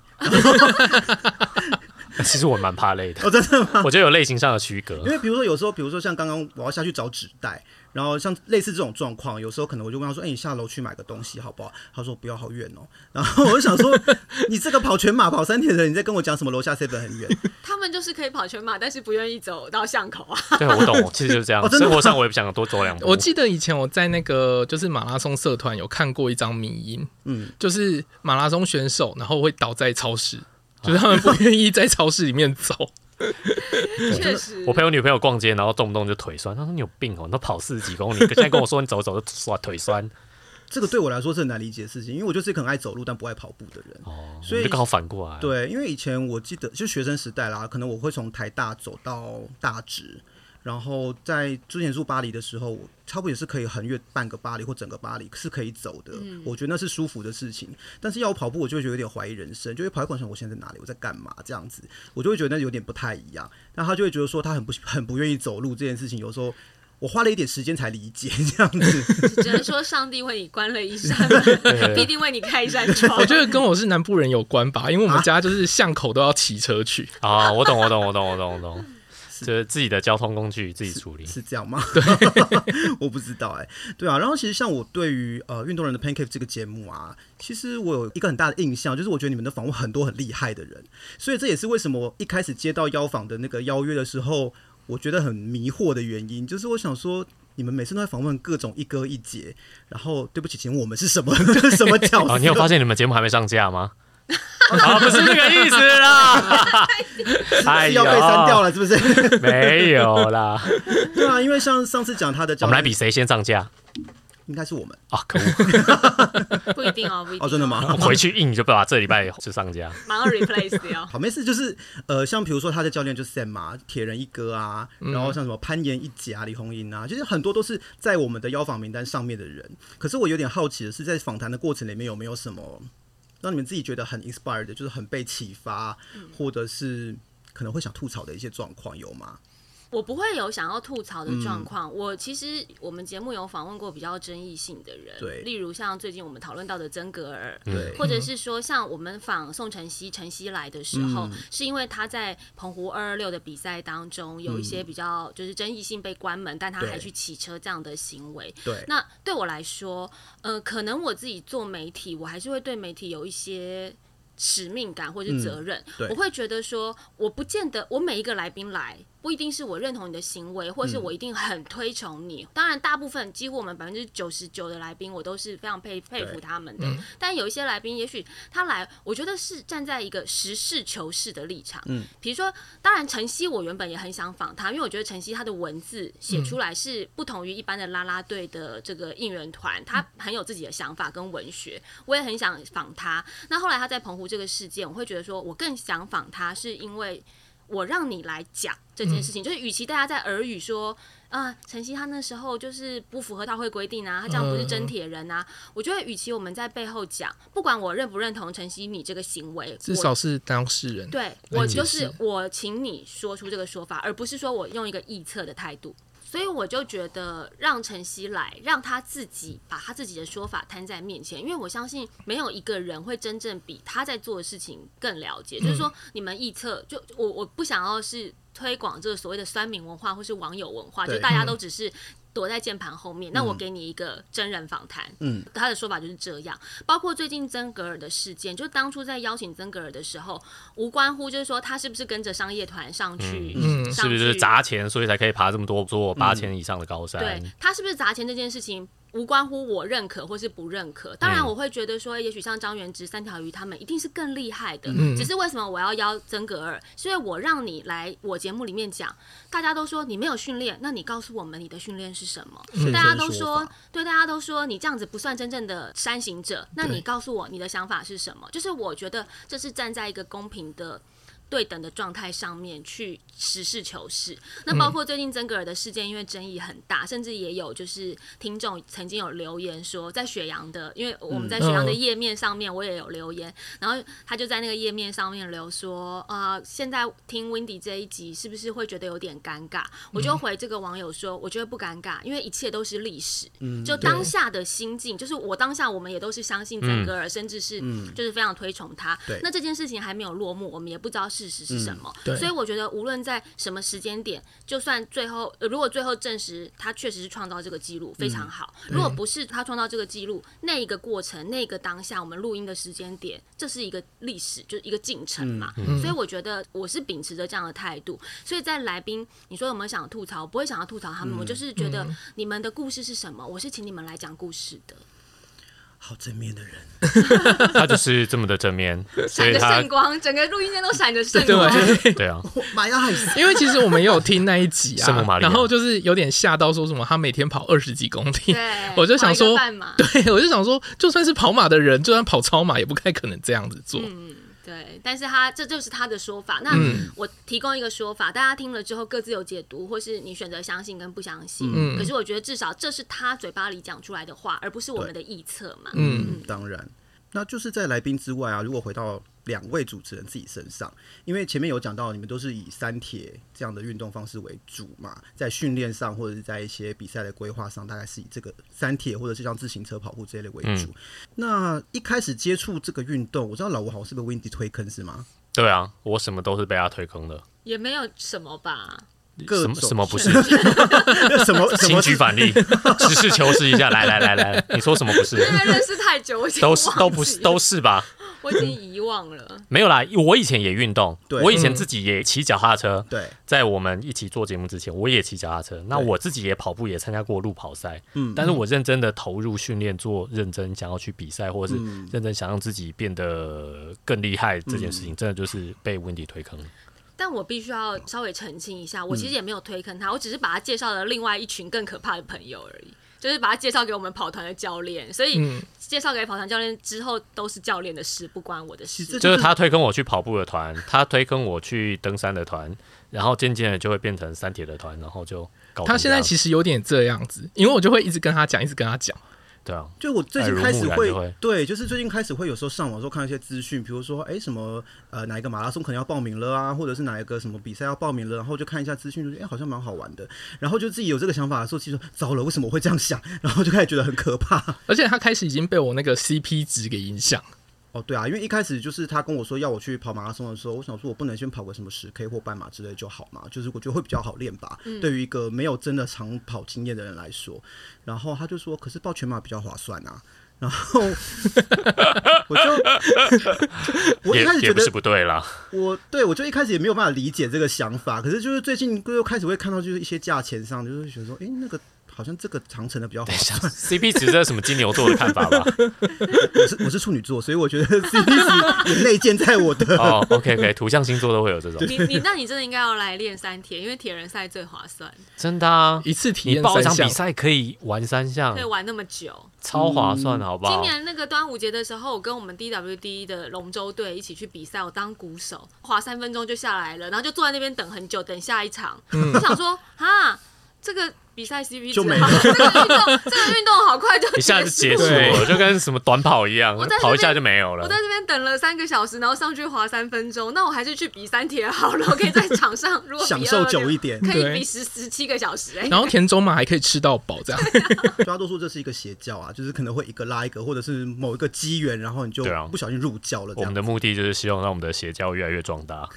Speaker 3: 其实我蛮怕累的，
Speaker 2: 哦，真的吗？
Speaker 3: 我觉得有类型上的区
Speaker 1: 呃
Speaker 3: 隔
Speaker 2: 因。为比如说有时候，比如说像刚刚我要下去找纸袋，然后像类似这种状况，有时候可能我就问他说：“哎、你下楼去买个东西好不好？”他说：“不要，好远哦。”然后我就想说：“ 你这个跑全马跑三天的人，你在跟我讲什么楼下 seven 很远
Speaker 4: 他们就是可以跑全马，但是不愿意走到巷口啊。
Speaker 3: 对，我懂，其实就是这样。
Speaker 2: 哦真的
Speaker 3: 生
Speaker 2: 吗
Speaker 3: 活上我也不想多走两步。
Speaker 1: 我记得以前我在那个就是马拉松社团有看过一张迷因，
Speaker 2: 嗯
Speaker 1: 嗯，就是马拉松选手然后会倒在超市，就是他们不愿意在超市里面 走。
Speaker 4: 确实，
Speaker 3: 我陪我女朋友逛街，然后动不动就腿酸，她说你有病哦，你都跑四十几公里， 现在跟我说你走走就酸腿酸，？”
Speaker 2: 这个对我来说是很难理解的事情，因为我就是一个很爱走路但不爱跑步的人。哦，所
Speaker 3: 你
Speaker 2: 以
Speaker 3: 就刚好反过来。，
Speaker 2: 对，因为以前我记得就学生时代啦，可能我会从台大走到大直，然后在之前住巴黎的时候，我差不多也是可以横越半个巴黎或整个巴黎是可以走的，我觉得那是舒服的事情。但是要我跑步，我就会觉得有点怀疑人生，就会跑一过程，我现在在哪里，我在干嘛这样子，我就会觉得那有点不太一样。那他就会觉得说他很不很不愿意走路这件事情，有时候。我花了一点时间才理解 这样子。
Speaker 4: 只能说上帝为你关了一扇
Speaker 3: 对
Speaker 4: 门，必定为你开一扇窗。
Speaker 1: 我觉得跟我是南部人有关吧，因为我们家就是巷口都要骑车去。
Speaker 3: 啊，我懂，我懂，我懂，我懂，我懂，就是自己的交通工具自己处理。
Speaker 2: 是这样吗？对， 我不知道哎、对啊，然后其实像我对于呃运动人的 Pancake 这个节目啊，其实我有一个很大的印象，就是我觉得你们的访问很多很厉害的人，所以这也是为什么一开始接到邀访的那个邀约的时候，我觉得很迷惑的原因，就是我想说。你们每次都在访问各种一哥一姐，然后对不起，请问我们是什 么什么角色？
Speaker 3: 啊，你有发现你们节目还没上架吗？啊，不是这个意思 啦，哎
Speaker 2: 是要被删掉了，是不 是？
Speaker 3: 呦，没 有啦，
Speaker 2: 对啊，因为像上次讲他的，
Speaker 3: 我们来比，谁先上架
Speaker 2: 应该是我们
Speaker 3: 啊！可恶，
Speaker 4: 不一定哦，不一定
Speaker 2: 哦，真的？吗？
Speaker 3: 我回去硬就把这礼拜就上架。
Speaker 4: 马上 replace 掉。
Speaker 2: 好，没事，就是呃，像比如说他的教练就是 Sam 嘛，铁人一哥啊，然后像什么攀岩一姐啊、李红英啊，就是很多都是在我们的邀访名单上面的人。可是我有点好奇的是，在访谈的过程里面有没有什么让你们自己觉得很 inspired 的，就是很被启发，或者是可能会想吐槽的一些状况有吗？
Speaker 4: 我不会有想要吐槽
Speaker 2: 嗯
Speaker 4: 的状况。我其实我们节目有访问过比较争议性的人，
Speaker 2: 对
Speaker 4: 例如像最近我们讨论到的曾格尔，
Speaker 2: 对，
Speaker 4: 或者是说像我们访宋晨曦，晨曦来的时
Speaker 2: 嗯
Speaker 4: 候，是因为他在澎湖二二六的比赛当中有一些比较就是争议性被关门，但他还
Speaker 2: 嗯对
Speaker 4: 去骑车这样的行为。
Speaker 2: 对，
Speaker 4: 那对我来说，呃，可能我自己做媒体，我还是会对媒体有一些使命感或是责任。
Speaker 2: 嗯对
Speaker 4: 我会觉得说，我不见得我每一个来宾来，不一定是我认同你的行为，或是
Speaker 2: 嗯
Speaker 4: 我一定很推崇你。当然，大部分几乎我们百分之九十九的来宾，我都是非常佩佩服他们
Speaker 2: 嗯
Speaker 4: 的。但有一些来宾，也许他来，我觉得是站在一个实事求是的立场。嗯，比如说，当然晨曦，我原本也很想访他，因为我觉得晨曦他的文字
Speaker 1: 嗯
Speaker 4: 写出来是不同于一般的啦啦队的这个应援团，
Speaker 1: 嗯
Speaker 4: 他很有自己的想法跟文学。我也很想访他。那后来他在澎湖这个事件，我会觉得说我更想访他，是因为我让你来讲这
Speaker 1: 嗯
Speaker 4: 件事情，就是与其大家在耳语说。啊，晨曦他那时候就是不符合他会规定啊，他这样不是
Speaker 1: 嗯
Speaker 4: 真铁人啊。我觉得，与其我们在背后讲，不管我认不认同晨曦你这个行为，
Speaker 1: 至
Speaker 4: 我
Speaker 1: 少是当事人。
Speaker 4: 对
Speaker 1: 来
Speaker 4: 我
Speaker 1: 解
Speaker 4: 就是
Speaker 1: 释
Speaker 4: 我，请你说出这个说法，而不是说我用一个臆测的态度。所以我就觉得让晨曦来，让他自己把他自己的说法摊在面前，因为我相信没有一个人会真正比他在做的事情更了解。就是说，
Speaker 1: 嗯
Speaker 4: 你们臆测，就我我不想要是推广这个所谓的酸民文化或是网友文化，就
Speaker 2: 对
Speaker 1: 嗯
Speaker 4: 大家都只是躲在键盘后面。那我给你一个真人访谈，
Speaker 2: 嗯，
Speaker 4: 他的说法就是这样。包括最近曾格尔的事件，就当初在邀请曾格尔的时候，无关乎就是说他是不是跟着商业团上去，
Speaker 1: 嗯嗯
Speaker 4: 上
Speaker 3: 是不
Speaker 4: 去
Speaker 3: 是砸钱，所以才可以爬这么多座
Speaker 2: 嗯
Speaker 3: 八千以上的高山
Speaker 4: 对？他是不是砸钱这件事情，无关乎我认可或是不认可。当
Speaker 3: 嗯
Speaker 4: 然，我会觉得说，也许像张元直、三条鱼他们一定是更厉害的。
Speaker 3: 嗯
Speaker 4: 只是为什么我要邀曾格尔？是因为我让你来我节目里面讲，大家都说你没有训练，那你告诉我们你的训练是什么？
Speaker 2: 是
Speaker 4: 大家都
Speaker 2: 这个说
Speaker 4: 说
Speaker 2: 法，
Speaker 4: 对，大家都说你这样子不算真正的山行者。那
Speaker 1: 对
Speaker 4: 你告诉我你的想法是什么？就是我觉得这是站在一个公平的。对等的状态上面去实事求是。那
Speaker 2: 嗯
Speaker 4: 包括最近曾格尔的事件，因为争议很大，甚至也有就是听众曾经有留言说，在雪阳的，因为我们在
Speaker 2: 嗯
Speaker 4: 雪阳的页面上面，我也有留言，然后他就在那个页面上面留说，呃，现在听 Wendy 这一集是不是会觉得有点尴尬？我就回这个网友说，我觉得不尴尬，因为一切都是历史，就当下的心境，就是我当下我们也都是相信曾格尔，甚至是就是非常推崇他。
Speaker 2: 对
Speaker 4: 那这件事情还没有落幕，我们也不知道事实是什么，
Speaker 1: 对
Speaker 4: 所以我觉得无论在什么时间点，就算最后、呃如果最后证实他确实是创造这个记录，非常好；如果不是他创造这个记录，那一个过程、那个当下我们录音的时间点，这是一个历史，就是一个进程嘛。所以我觉得我是秉持着这样的态度，所以在来宾，你说有没有想吐槽？我不会想要吐槽他们，
Speaker 3: 嗯
Speaker 4: 我就是觉得你们的故事是什么，我是请你们来讲故事的。
Speaker 2: 好正面的人，
Speaker 3: 他就是这么的正面，所
Speaker 4: 闪
Speaker 3: 以
Speaker 4: 着
Speaker 3: 他
Speaker 4: 圣光，整个录音间都闪着圣
Speaker 1: 对
Speaker 4: 光。
Speaker 3: 对啊，
Speaker 2: 哇玛雅海斯，
Speaker 1: 因为其实我们也有听那一集
Speaker 3: 圣母
Speaker 1: 啊
Speaker 3: 玛，利亚
Speaker 1: 然后就是有点吓到，说什么他每天跑二十几公里，
Speaker 4: 对，
Speaker 1: 我就想说
Speaker 4: 跑一个半 马
Speaker 1: 对我就想说，就算是跑马的人，就算跑超马，也不太可能这样子做。
Speaker 4: 对，但是他这就是他的说法。那
Speaker 3: 嗯
Speaker 4: 我提供一个说法，大家听了之后各自有解读，或是你选择相信跟不相信。
Speaker 1: 嗯
Speaker 4: 可是我觉得至少这是他嘴巴里讲出来的话，而不是我们的臆测嘛。
Speaker 1: 嗯，
Speaker 2: 嗯，当然，那就是在来宾之外啊，如果回到两位主持人自己身上，因为前面有讲到你们都是以三铁这样的运动方式为主嘛，在训练上或者是在一些比赛的规划上，大概是以这个三铁或者是像自行车、跑步这一类为
Speaker 3: 嗯
Speaker 2: 主。那一开始接触这个运动，我知道老吴好像是被 Windy 推坑是吗？
Speaker 3: 对啊，我什么都是被他推坑的，
Speaker 4: 也没有什么吧。
Speaker 2: 各
Speaker 3: 什么
Speaker 2: 种
Speaker 3: 什么不是？
Speaker 2: 什么什
Speaker 3: 请
Speaker 2: 么
Speaker 3: 举反例，实事求是一下。来来来来，你说什么不是？
Speaker 4: 因为认识太久，我已经
Speaker 3: 都是
Speaker 4: 忘记
Speaker 3: 都不是都是吧？
Speaker 4: 我已经遗忘了。
Speaker 3: 没有啦，我以前也运动，
Speaker 2: 对
Speaker 3: 我以前自己也骑脚踏车。
Speaker 2: 对，
Speaker 3: 在我们一起做节目之前，我也骑脚踏车，那我自己也跑步，也参加过路跑赛。
Speaker 2: 嗯
Speaker 3: 但是我认真的投入训练，做认真想要去比赛，或者是认真想让自己变得更厉害这件事情，真的就是被 Wendy 推坑。
Speaker 4: 但我必须要稍微澄清一下，我
Speaker 2: 嗯
Speaker 4: 其实也没有推坑他，我只是把他介绍了另外一群更可怕的朋友而已，就是把他介绍给我们跑团的教练。所以
Speaker 1: 嗯，
Speaker 4: 介绍给跑团教练之后，都是教练的事，不关我的
Speaker 2: 其
Speaker 4: 事
Speaker 2: 实。这
Speaker 3: 就是他推坑我去跑步的团，他推坑我去登山的团，然后渐渐的就会变成三铁的团，然后就搞成
Speaker 1: 他现在
Speaker 3: 这样
Speaker 1: 其实有点这样子，因为我就会一直跟他讲，一直跟他讲。
Speaker 3: 对啊，
Speaker 2: 就我最近
Speaker 3: 耳濡
Speaker 2: 开始
Speaker 3: 目染
Speaker 2: 会
Speaker 3: 就会
Speaker 2: 对，就是最近开始会有时候上网的时候看一些资讯，比如说哎、什么呃哪一个马拉松可能要报名了啊，或者是哪一个什么比赛要报名了，然后就看一下资讯，就觉得哎、好像蛮好玩的，然后就自己有这个想法的时候，其实说糟了，为什么我会这样想？然后就开始觉得很可怕。
Speaker 1: 而且他开始已经被我那个 CP 值给影响。
Speaker 2: 哦，对啊，因为一开始就是他跟我说要我去跑马拉松的时候，我想说我不能先跑个什么十 K 或半马之类就好嘛，就是我觉得会比较好练吧。对于一个没有真的长跑经验的人来说，然后他就说，可是报全马比较划算啊。然后 我就 我一
Speaker 3: 也
Speaker 2: 开始
Speaker 3: 也
Speaker 2: 觉
Speaker 3: 不
Speaker 2: 得
Speaker 3: 是不对啦。
Speaker 2: 我对我就一开始也没有办法理解这个想法，可是就是最近又开始会看到就是一些价钱上，就是觉得说，哎，那个好像这个长城的比较划算。
Speaker 3: CP 值这是什么金牛座的看法吧？
Speaker 2: 我是我是处女座，所以我觉得 CP 值也内建在我的
Speaker 3: 哦，OK OK，图像星座都会有这种，
Speaker 4: 你你那你真的应该要来练三铁，因为铁人赛最划算，
Speaker 2: 嗯
Speaker 3: 真的啊。
Speaker 1: 一次体
Speaker 3: 你
Speaker 1: 验
Speaker 3: 报一
Speaker 1: 三
Speaker 3: 场
Speaker 1: 项
Speaker 3: 比，赛可以玩三项
Speaker 4: 可以，玩那么久。
Speaker 3: 超划算，好不
Speaker 4: 嗯今
Speaker 3: 好？
Speaker 4: 年那个端午节的时候，我跟我们 DWD 的龙舟队一起去比赛，我当鼓手，划三分钟就下来了，然后就坐在那边等很久，等下一场。我想说，哈，这个比赛 CP
Speaker 2: 就
Speaker 4: 值
Speaker 2: 没
Speaker 4: 好， 这个运动，这个运动好快就
Speaker 3: 一下就结束
Speaker 1: 对
Speaker 3: 了，就跟什么短跑一样
Speaker 4: 我在，
Speaker 3: 跑一下就没有
Speaker 4: 我
Speaker 3: 了
Speaker 4: 在。这边等了三个小时，然后上去滑三分钟，那我还是去比三铁好了。我可以在场上，如果比
Speaker 2: 享受
Speaker 4: 226
Speaker 2: 久一点。
Speaker 4: 可以
Speaker 1: 对
Speaker 4: 比十十七个小时、哎，
Speaker 1: 然后田中马还可以吃到饱， 这样
Speaker 2: 大家都说这是一个邪教啊，就是可能会一个拉一个，或者是某一个机缘，然后你就
Speaker 3: 对啊
Speaker 2: 不小心入教了这
Speaker 3: 我
Speaker 2: 样
Speaker 3: 们。的目的就是希望让我们的邪教越来越壮大。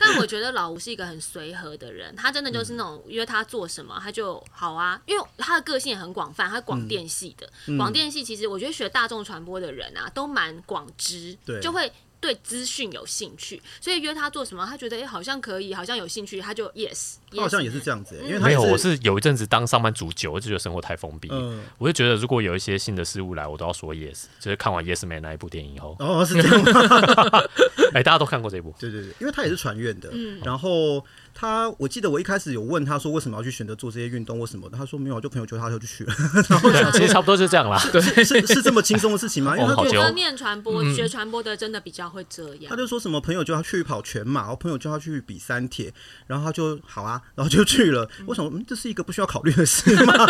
Speaker 4: 但我觉得老吴是一个很随和的人，他真的就是那种约他做什么他就好啊，因为他的个性也很广泛，他是广电系的，嗯广、电系其实我觉得学大众传播的人啊都蛮广知
Speaker 2: 对，
Speaker 4: 就会。对资讯有兴趣，所以约他做什么，他觉得哎、诶好像可以，好像有兴趣，他就 yes，, yes
Speaker 2: 他好像也是这样子、欸因为他
Speaker 3: 没有，
Speaker 2: 也
Speaker 3: 我是有一阵子当上班族久，我就觉得生活太封闭了，
Speaker 2: 嗯
Speaker 3: 我就觉得如果有一些新的事物来，我都要说 yes。就是看完《Yes Man》那一部电影以后，
Speaker 2: 哦是这样吗？
Speaker 3: 哎，大家都看过这一部，
Speaker 2: 对对对，因为他也是船院的。然后他，我记得我一开始有问他说为什么要去选择做这些运动，为什么？他说没有，就朋友叫他就去学了，
Speaker 1: 啊
Speaker 3: 其实差不多就这样啦。
Speaker 2: 是是这么轻松的事情吗？因为他
Speaker 3: 哦好
Speaker 4: 我
Speaker 2: 就
Speaker 4: 觉
Speaker 3: 久
Speaker 4: 得念传播、学传播的真的比较会这样
Speaker 2: 他。就说什么朋友叫他去跑全马，然后朋友叫他去比三铁，然后他就好啊，然后就去了。我想说，嗯，这是一个不需要考虑的事吗？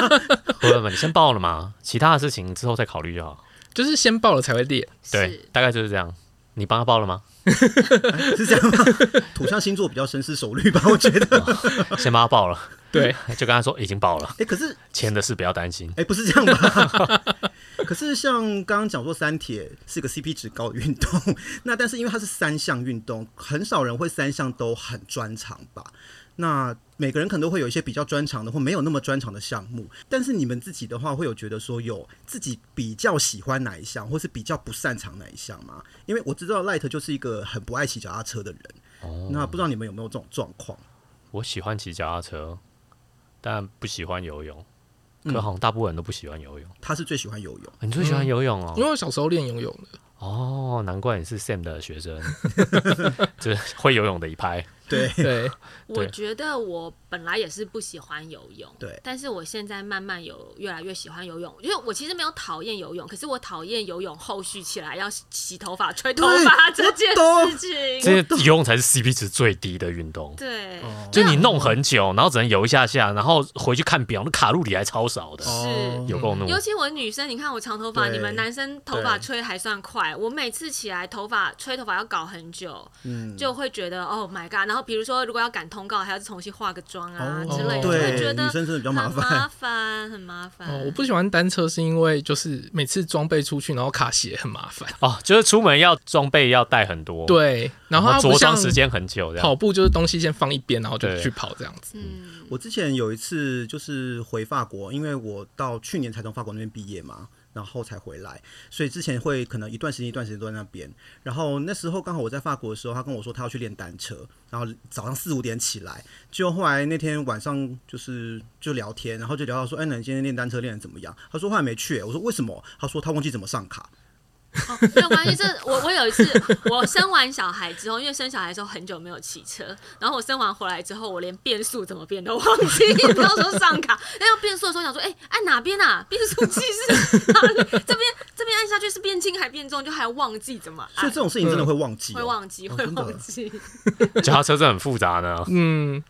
Speaker 3: 不不不，你先报了嘛，其他的事情之后再考虑就好。
Speaker 1: 就是先报了才会练。
Speaker 3: 对，大概就是这样。你帮他报了吗？
Speaker 2: 是这样吗？ 土象星座比较深思熟虑吧，我觉得。
Speaker 3: 先帮他报了，
Speaker 1: 对，
Speaker 3: 就跟他说已经报了，
Speaker 2: 哎、可是
Speaker 3: 钱的事不要担心。
Speaker 2: 哎、不是这样吧？ 可是像刚刚讲说，三铁是个 CP 值高的运动， 那但是因为它是三项运动，很少人会三项都很专长吧？那每个人可能都会有一些比较专长的或没有那么专长的项目，但是你们自己的话，会有觉得说有自己比较喜欢哪一项，或是比较不擅长哪一项吗？因为我知道 Light 就是一个很不爱骑脚踏车的人，那不知道你们有没有这种状况？
Speaker 3: 我喜欢骑脚踏车，但不喜欢游泳。
Speaker 1: 嗯
Speaker 3: 可好像大部分人都不喜欢游泳。
Speaker 2: 他是最喜欢游泳，
Speaker 3: 你最喜欢游泳哦？
Speaker 1: 因为我小时候练游泳的，
Speaker 3: 哦，难怪你是 Sam 的学生，就是会游泳的一派。
Speaker 2: 对，
Speaker 1: 对，
Speaker 4: 我
Speaker 3: 对
Speaker 4: 觉得我本来也是不喜欢游泳，
Speaker 2: 对
Speaker 4: 但是我现在慢慢有越来越喜欢游泳，因为我其实没有讨厌游泳，可是我讨厌游泳后续起来要洗头发、吹头发
Speaker 2: 对
Speaker 4: 这件
Speaker 2: 我懂
Speaker 4: 事
Speaker 3: 这
Speaker 4: 情。
Speaker 3: 游泳才是 CP 值最低的运动，
Speaker 4: 对，
Speaker 2: 哦
Speaker 3: 就你弄很久，然后只能游一下下，然后回去看表，那卡路里还超少的，
Speaker 2: 哦
Speaker 3: 有够怒。
Speaker 4: 尤其我女生，你看我长头发，
Speaker 2: 对
Speaker 4: 你们男生头发
Speaker 2: 对
Speaker 4: 吹还算快，我每次起来头发吹头发要搞很久，
Speaker 2: 嗯，
Speaker 4: 就会觉得 Oh my god！然后比如说如果要赶通告，还要重新化个妆啊
Speaker 2: 哦
Speaker 4: 之类的，就
Speaker 2: 对
Speaker 4: 会觉得
Speaker 2: 女生真的比较
Speaker 4: 很
Speaker 2: 麻
Speaker 4: 麻
Speaker 2: 烦
Speaker 4: 烦，很麻烦。
Speaker 1: 哦，我不喜
Speaker 3: 嗯
Speaker 1: 欢单车是因为就是每次装备出去，然后卡鞋很麻烦。
Speaker 3: 哦，就是出门要装备要带很多，，
Speaker 1: 对，然
Speaker 3: 然
Speaker 1: 后它
Speaker 3: 后
Speaker 1: 不
Speaker 3: 着装
Speaker 1: 像
Speaker 3: 时间很久这样
Speaker 1: 跑。步就是东西先放一边，然后就
Speaker 3: 对
Speaker 1: 去跑这样子。
Speaker 4: 嗯，
Speaker 2: 我之前有一次就是回法国，因为我到去年才从法国那边毕业嘛，然后才回来，所以之前会可能一段时间一段时间都在那边。然后那时候刚好我在法国的时候，他跟我说他要去练单车，然后早上四五点起来，就后来那天晚上就是就聊天，然后就聊到说，哎，那你今天练单车练的怎么样？他说后来没去、我说为什么？他说他忘记怎么上卡。
Speaker 4: 哦没有关系，这我我有一次，我生完小孩之后，因为生小孩的时候很久没有骑车，然后我生完回来之后，我连变速怎么变都忘记，不要说上卡，那要变速的时候想说，哎、按哪边啊？变速器是哪里？ 这边这边按下去是变轻还变重，就还忘记怎么
Speaker 2: 所以
Speaker 4: 按
Speaker 2: 这，种事情真的会忘记、哦
Speaker 4: 会忘记，会
Speaker 2: 真的
Speaker 4: 忘记。
Speaker 3: 脚踏车真的很复杂 呢，
Speaker 1: 嗯，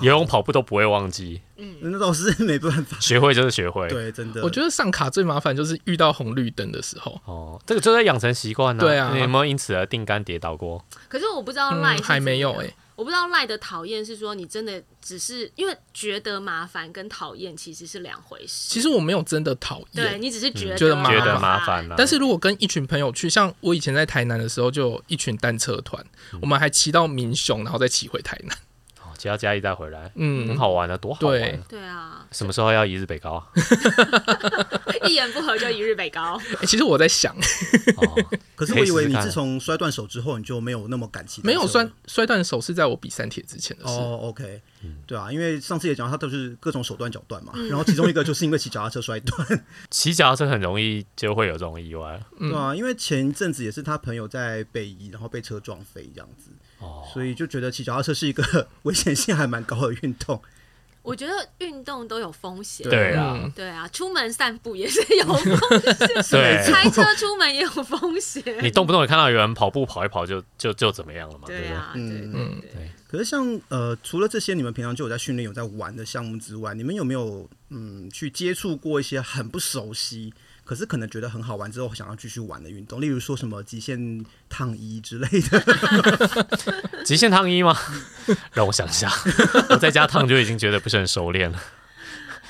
Speaker 3: 游泳、跑步都不会忘记，
Speaker 4: 哎
Speaker 2: 那倒是没办法。
Speaker 3: 学会就是学 会。
Speaker 2: 对，真的，
Speaker 1: 我觉得上卡最麻烦就是遇到红绿灯的时候。
Speaker 3: 哦，这个就在养成习惯呢。
Speaker 1: 对啊
Speaker 3: 你有没有因此而定杆跌倒过？
Speaker 4: 可是我不知
Speaker 3: 哦
Speaker 4: 道赖、
Speaker 1: 嗯，还没有
Speaker 3: 啊
Speaker 1: 哎、
Speaker 4: 我不知道赖的讨厌是说你真的只是因为觉得麻烦跟讨厌其实是两回事，
Speaker 1: 其实我没有真的讨
Speaker 4: 对
Speaker 1: 厌，
Speaker 4: 你只
Speaker 2: 嗯
Speaker 4: 是觉得、
Speaker 1: 觉得麻
Speaker 3: 觉
Speaker 1: 烦
Speaker 3: 得麻烦
Speaker 2: 啊
Speaker 3: 了。
Speaker 1: 但是如果跟一群朋友去，像我以前在台南的时候，就有一群单车团，
Speaker 3: 嗯
Speaker 1: 我们还骑到民雄，然后再骑回台南。
Speaker 3: 哦骑到嘉义再回来，很
Speaker 1: 嗯，
Speaker 3: 好玩啊，多好玩
Speaker 1: 对
Speaker 3: 啊！
Speaker 4: 对啊，
Speaker 3: 什么时候要一日北高啊？
Speaker 4: 一言不合就一日北高。
Speaker 1: 欸其实我在想，
Speaker 3: 哦
Speaker 2: 可是我以为你自从摔断手之后，你就没有那么感情。
Speaker 1: 没有摔摔断手是在我比三铁之前的事。
Speaker 2: 哦，OK，对啊，因为上次也讲到他都是各种手段脚 断嘛，然后其中一个就是因为骑脚踏车摔断，
Speaker 3: 骑脚踏车很容易就会有这种意外
Speaker 1: 嗯
Speaker 2: 对啊，因为前一阵子也是他朋友在北移，然后被车撞飞这样子，
Speaker 3: 哦。
Speaker 2: 所以就觉得骑脚踏车是一个 危险性还蛮高的运动。
Speaker 4: 我觉得运动都有风险。
Speaker 3: 对啊，
Speaker 1: 嗯，
Speaker 4: 对啊，出门散步也是 有风
Speaker 3: 对
Speaker 4: 险，开车出门也有风险。
Speaker 3: 哎 你动不动也看到有人跑步跑一跑就就就怎么样了嘛，对不
Speaker 4: 对
Speaker 3: 对？嗯
Speaker 4: 啊，对
Speaker 2: 嗯
Speaker 4: 对对对。
Speaker 2: 可是像呃，除了这些你们平常就有在训练、有在玩的项目之外，你们有没有嗯去接触过一些很不熟悉，可是可能觉得很好玩之后想要继续玩的运动？例如说什么极限烫衣之类 的。
Speaker 3: 极限烫衣吗？让我想一下，我在家烫就已经觉得不是很熟练了。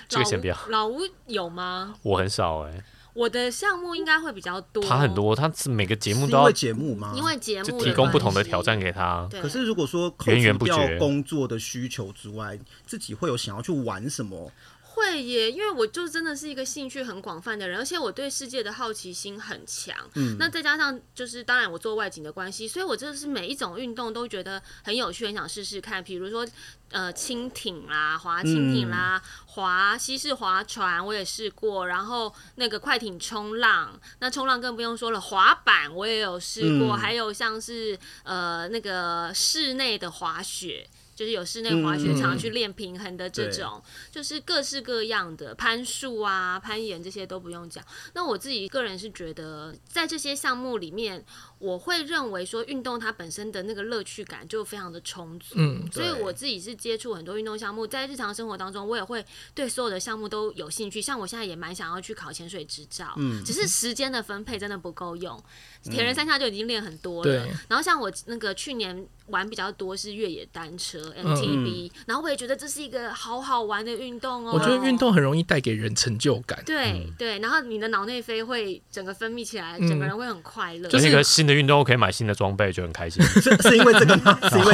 Speaker 3: 这个先不要，
Speaker 4: 老吴老吴有吗？
Speaker 3: 我很少哎、
Speaker 4: 我的项目应该会比较多，
Speaker 3: 他很，多，他是每个节目
Speaker 2: 是
Speaker 3: 都
Speaker 2: 因
Speaker 3: 要
Speaker 2: 为节目吗？
Speaker 4: 因为节目
Speaker 3: 就
Speaker 4: 的
Speaker 3: 提供不同的
Speaker 4: 关系
Speaker 3: 挑战。给他。
Speaker 4: 对，
Speaker 2: 可是如果说扣
Speaker 3: 源源
Speaker 2: 除
Speaker 3: 不绝
Speaker 2: 掉工作的需求之外，自己会有想要去玩什么？
Speaker 4: 会耶，因为我就真的是一个兴趣很广泛的人，而且我对世界的好奇心很强。嗯，那再加上就是当然我做外景的关系，所以我真的是每一种运动都觉得很有趣，很想试试看。比如说呃蜻蜓啦，划蜻蜓啦，划西式划船我也试过，然后那个快艇冲浪，那冲浪更不用说了，滑板我也有试过，
Speaker 2: 嗯
Speaker 4: 还有像是呃那个室内的滑雪。就是有室内滑雪场去练平衡的这
Speaker 2: 对
Speaker 4: 种，就是各式各样的攀树啊、攀岩这些都不用讲。那我自己个人是觉得，在这些项目里面，我会认为说运动它本身的那个乐趣感就非常的充足。
Speaker 1: 嗯，
Speaker 4: 所以
Speaker 2: 对
Speaker 4: 我自己是接触很多运动项目，在日常生活当中，我也会对所有的项目都有兴趣。像我现在也蛮想要去考潜水执照，嗯，只是时间的分配真的不够用。铁人三项就已经练很多了，
Speaker 1: 嗯对
Speaker 4: 然后像我那个去年玩比较多是越野单车
Speaker 1: 嗯
Speaker 4: MTB，、然后我也觉得这是一个好好玩的运动哦。
Speaker 1: 我觉得运动很容易带给人成就感。
Speaker 4: 对、对，然后你的脑内啡会整个分泌起来，整个人会很快乐。
Speaker 1: 嗯就是
Speaker 3: 而且一个新的运动，我可以买新的装备，就很开心。
Speaker 2: 是是因为这个 吗？是因为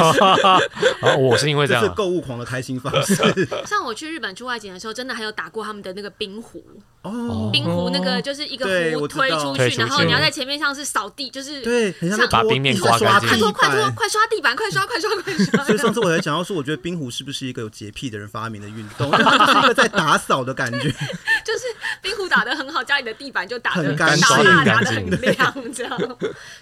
Speaker 3: 然后我是因为这
Speaker 2: 这
Speaker 3: 样
Speaker 2: 是
Speaker 3: 啊，
Speaker 2: 购物狂的开心方式
Speaker 4: 像我去日本出外景的时候，真的还有打过他们的那个冰壶，
Speaker 2: 哦。
Speaker 4: 冰壶那个就是一个
Speaker 2: 对
Speaker 4: 壶
Speaker 2: 我知
Speaker 4: 推
Speaker 2: 道
Speaker 4: 出
Speaker 3: 推
Speaker 4: 去，
Speaker 3: 出
Speaker 4: 然后
Speaker 3: 去
Speaker 4: 你要在前面像是扫地，就是
Speaker 2: 对，很像在
Speaker 4: 像
Speaker 2: 拖
Speaker 3: 把冰面
Speaker 2: 地
Speaker 3: 刮
Speaker 2: 刷
Speaker 3: 干
Speaker 2: 地
Speaker 3: 净
Speaker 4: 快拖快拖
Speaker 2: 板。
Speaker 4: 快刷地板，快刷快刷快刷。
Speaker 2: 所以上次我才讲到说，我觉得冰壶是不是一个有洁癖的人发明的运动？因 为它就是一个在打扫的感 觉。
Speaker 4: 就是冰壶打得很好，家里的地板就打得
Speaker 2: 很干
Speaker 4: 打蜡
Speaker 3: 净
Speaker 4: 打得
Speaker 3: 干
Speaker 4: 很亮，这样。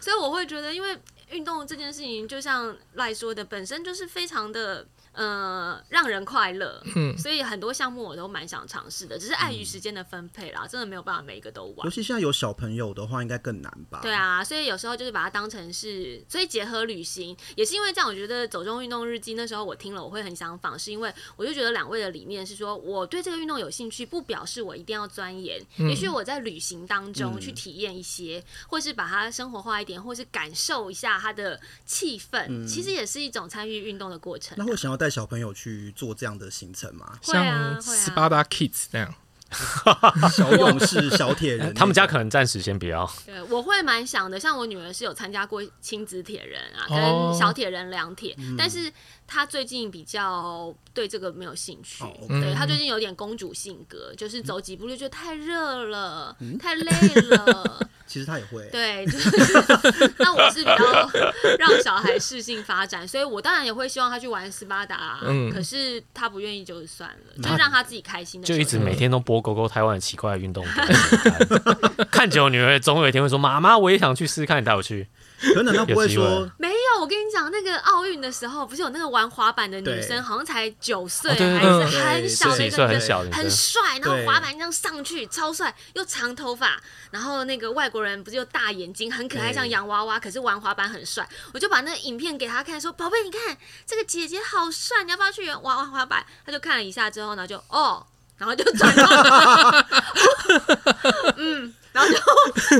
Speaker 4: 所以我会觉得，因为运动这件事情，就像赖说的，本身就是非常的呃让人快乐，
Speaker 1: 嗯
Speaker 4: 所以很多项目我都蛮想尝试的，只是碍于时间的分配啦，真的没有办法每一个都玩
Speaker 2: 尤。其现在有小朋友的话，应该更难吧？
Speaker 4: 对，啊，所以有时候就是把它当成是，所以结合旅行也是因为这样，我觉得《走中运动日记》那时候我听了我会很想仿，是因为我就觉得两位的理念是说，我对这个运动有兴趣，不表示我一定要钻研，也许我在旅行当中去体验一些，或是把它生活化一点，或是感受一下它的气氛，其实也是一种参与运动的过程？
Speaker 2: 那。会想要带小朋友去做这样的行程吗
Speaker 4: 会
Speaker 1: 像
Speaker 4: 啊，
Speaker 1: 斯
Speaker 4: 会啊，
Speaker 1: 巴达 Kids 那样，
Speaker 2: 小勇士、小铁人那种，
Speaker 3: 他们家可能暂时先不要，
Speaker 4: 对，我会蛮想的。像我女儿是有参加过亲子铁人啊，
Speaker 1: 哦
Speaker 4: 跟小铁人两铁，但是她最近比较对这个没有兴趣。
Speaker 2: 哦
Speaker 4: 对她最近有点公主性格，就是走几步就觉得太热了，太累了。
Speaker 2: 其实他也会。
Speaker 4: 对， 就是那我是比较让小孩适性发展，所以我当然也会希望他去玩斯巴达啊、
Speaker 1: 嗯
Speaker 4: 可是他不愿意就算了，就是让他自己开心的。
Speaker 3: 就一直每天都播勾勾台湾的奇怪的运动给我看， 看久了女儿总有一天会说：“妈妈，我也想去试试看，你带我去。
Speaker 2: 可难道不会
Speaker 3: 有
Speaker 2: 说
Speaker 3: 机
Speaker 4: 没有，我跟你讲，那个奥运的时候，不是有那个玩滑板的女
Speaker 2: 对
Speaker 4: 生，好像才九岁，
Speaker 3: 哦对对
Speaker 1: 对
Speaker 4: 还是很
Speaker 3: 十
Speaker 4: 小”的
Speaker 3: 几
Speaker 4: 一
Speaker 3: 岁
Speaker 4: 个
Speaker 3: 很
Speaker 4: 人，
Speaker 3: 小的女生，
Speaker 4: 很帅，然后
Speaker 2: 对
Speaker 4: 滑板这样上去，超帅，又长头发，然后那个外国人不是又大眼睛，很可爱，
Speaker 2: 对
Speaker 4: 像洋娃娃，可是玩滑板很帅。我就把那个影片给他看，说：“宝贝，你看这个姐姐好帅，你要不要去玩玩滑板？”他就看了一下之后呢，就哦，然后就转头， 嗯，然后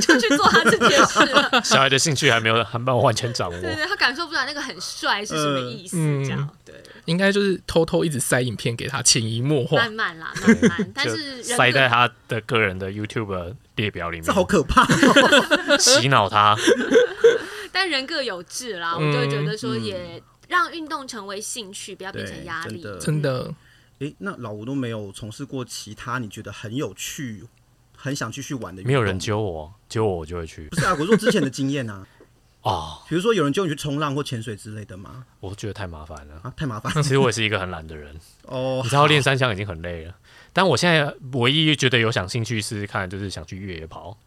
Speaker 4: 就就去做他自己的事了。
Speaker 3: 小孩的兴趣还没有还没有完全掌握。
Speaker 4: 对对，他感受不出来那个很帅是什么意思，
Speaker 1: 嗯
Speaker 4: 这样对，
Speaker 1: 应该就是偷偷一直塞影片给他，潜移默化
Speaker 4: 慢。慢啦，慢慢，但
Speaker 3: 就是
Speaker 4: 人
Speaker 3: 塞
Speaker 4: 格
Speaker 3: 在他的个人的 YouTube 列表里
Speaker 2: 这好
Speaker 3: 面，
Speaker 2: 可怕哦？
Speaker 3: 洗脑他。
Speaker 4: 但人各有志啦，
Speaker 1: 嗯
Speaker 4: 我就会觉得说也让运动成为兴趣，不要变成压力
Speaker 2: 对真。的
Speaker 1: 真的，
Speaker 2: 诶，那老吴都没有从事过其他你觉得很有趣、很想继续玩的运动吗？
Speaker 3: 没有人揪我，揪我我就会去
Speaker 2: 不是啊，我说之前的经验啊，
Speaker 3: 哦，
Speaker 2: 比如说有人叫你去冲浪或潜水之类的吗？
Speaker 3: 我觉得太麻烦了。
Speaker 2: 啊，太麻烦
Speaker 3: 其实我也是一个很懒的人，
Speaker 2: 哦
Speaker 3: 你。知道练三项已经很累了，但我现在唯一觉得有想兴趣试试看，就是想去越野
Speaker 2: 哦
Speaker 3: 跑，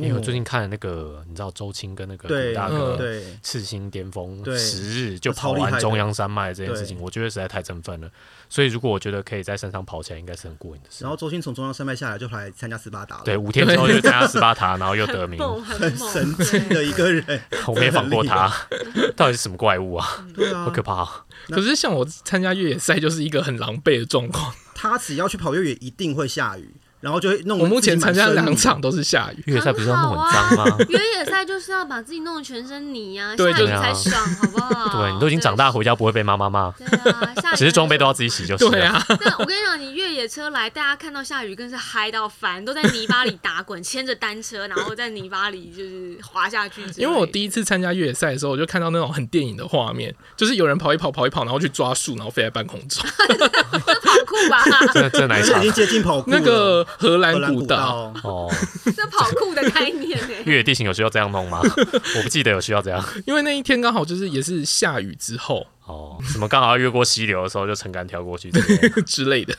Speaker 3: 因为我最近看了那个你知道周青跟那个
Speaker 2: 对
Speaker 3: 古大
Speaker 1: 嗯
Speaker 3: 哥
Speaker 2: 对，
Speaker 3: 赤心巅峰
Speaker 2: 对
Speaker 3: 十日就
Speaker 2: 那超
Speaker 3: 跑
Speaker 2: 厉害
Speaker 3: 完
Speaker 2: 的
Speaker 3: 中央山脉这件
Speaker 2: 对
Speaker 3: 事情，我觉得实在太振奋了。所以如果我觉得可以在山上跑起来，应该是很过瘾的事
Speaker 2: 然。后周星从中央山脉下来就来参加斯巴达了，
Speaker 3: 对，，五天之后就参加斯巴达，然后又 得名，
Speaker 4: 猛很猛，
Speaker 2: 神经的一 个人，
Speaker 3: 我没访过他， 到底是什么怪物啊？
Speaker 2: 对啊
Speaker 1: 嗯
Speaker 3: 好，可怕、啊！
Speaker 1: 可是像我参加越野赛就是一个很狼狈的状况。
Speaker 2: 他只要去跑越野一定会下雨，然后就会弄。
Speaker 1: 我目前参加两 场，都是下雨，
Speaker 3: 越野赛不是要弄很脏吗？
Speaker 4: 啊 对。越野赛就是要把自己弄得全身泥呀、
Speaker 1: 对
Speaker 4: 下雨
Speaker 3: 对啊
Speaker 4: 才爽，好不好？
Speaker 3: 对你都已经长大，回家不会被妈妈骂，
Speaker 4: 对啊，下雨
Speaker 3: 只是装备都要自己洗哦就是
Speaker 1: 对
Speaker 3: 了。
Speaker 1: 啊，
Speaker 4: 那我跟你讲，你越野车来，大家看到下雨更是嗨到翻，都在泥巴里打滚，牵着单车，然后在泥巴里就是滑下去之类的。
Speaker 1: 因为我第一次参加越野赛的时候，我就看到那种很电影的画面，就是有人跑一跑，跑一跑，然后去抓树，然后飞在半空中。
Speaker 4: 跑酷 吧，
Speaker 3: 这这哪一
Speaker 2: 已
Speaker 3: 场
Speaker 1: 啊
Speaker 2: 经接近跑酷了
Speaker 1: 那个荷兰
Speaker 2: 荷兰
Speaker 1: 古
Speaker 2: 古
Speaker 1: 道，
Speaker 2: 道，
Speaker 3: 哦，
Speaker 4: 这跑酷的概念欸呢、
Speaker 3: 越野地形有需要这样 弄吗？我不记得有需要这样。
Speaker 1: 因为那一天刚好就是也是下雨之后
Speaker 3: 哦，什么刚好要越过溪流的时候就撑杆跳过去之 类的，
Speaker 1: 之类的。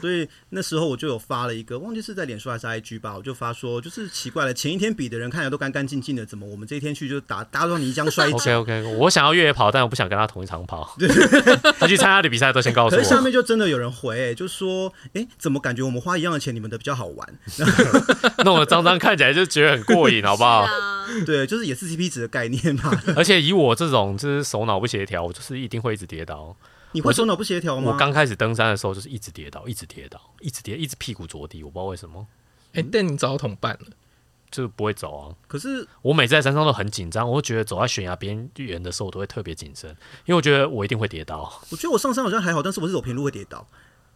Speaker 2: 所以那时候我就有发了一个，忘记是在脸书还是 IG 吧，我就发说，就是奇怪了，前一天比的人看起来都干干净净的，怎么我们这一天去就打打到泥浆摔
Speaker 3: OK
Speaker 2: 跤？
Speaker 3: OK，我想要越野跑，但我不想跟他同一 场跑。他去参加的比赛都先告诉
Speaker 2: 可是下
Speaker 3: 我，
Speaker 2: 面就真的有人回、就说，哎、怎么感觉我们花一样的钱，你们的比较好 玩？
Speaker 3: 弄得脏脏看起来就觉得很过瘾，好不好
Speaker 4: 是？啊，
Speaker 2: 对，就是也是 CP 值的概念嘛。
Speaker 1: 啊
Speaker 3: 而且以我这种就是手脑不协调，我就是一定会一直跌倒。
Speaker 2: 你会头脑不协调吗？
Speaker 3: 我刚开始登山的时候就是一直跌倒，一直跌倒，一直跌，一直屁股着地，我不知道为什么，
Speaker 1: 哎、但你找到同伴了，
Speaker 3: 就是不会走啊。
Speaker 2: 可是
Speaker 3: 我每次在山上都很紧张，我会觉得走在悬崖边缘的时候，我都会特别谨慎，因为我觉得我一定会跌倒。
Speaker 2: 我觉得我上山好像还好，但是我是走平路会跌倒。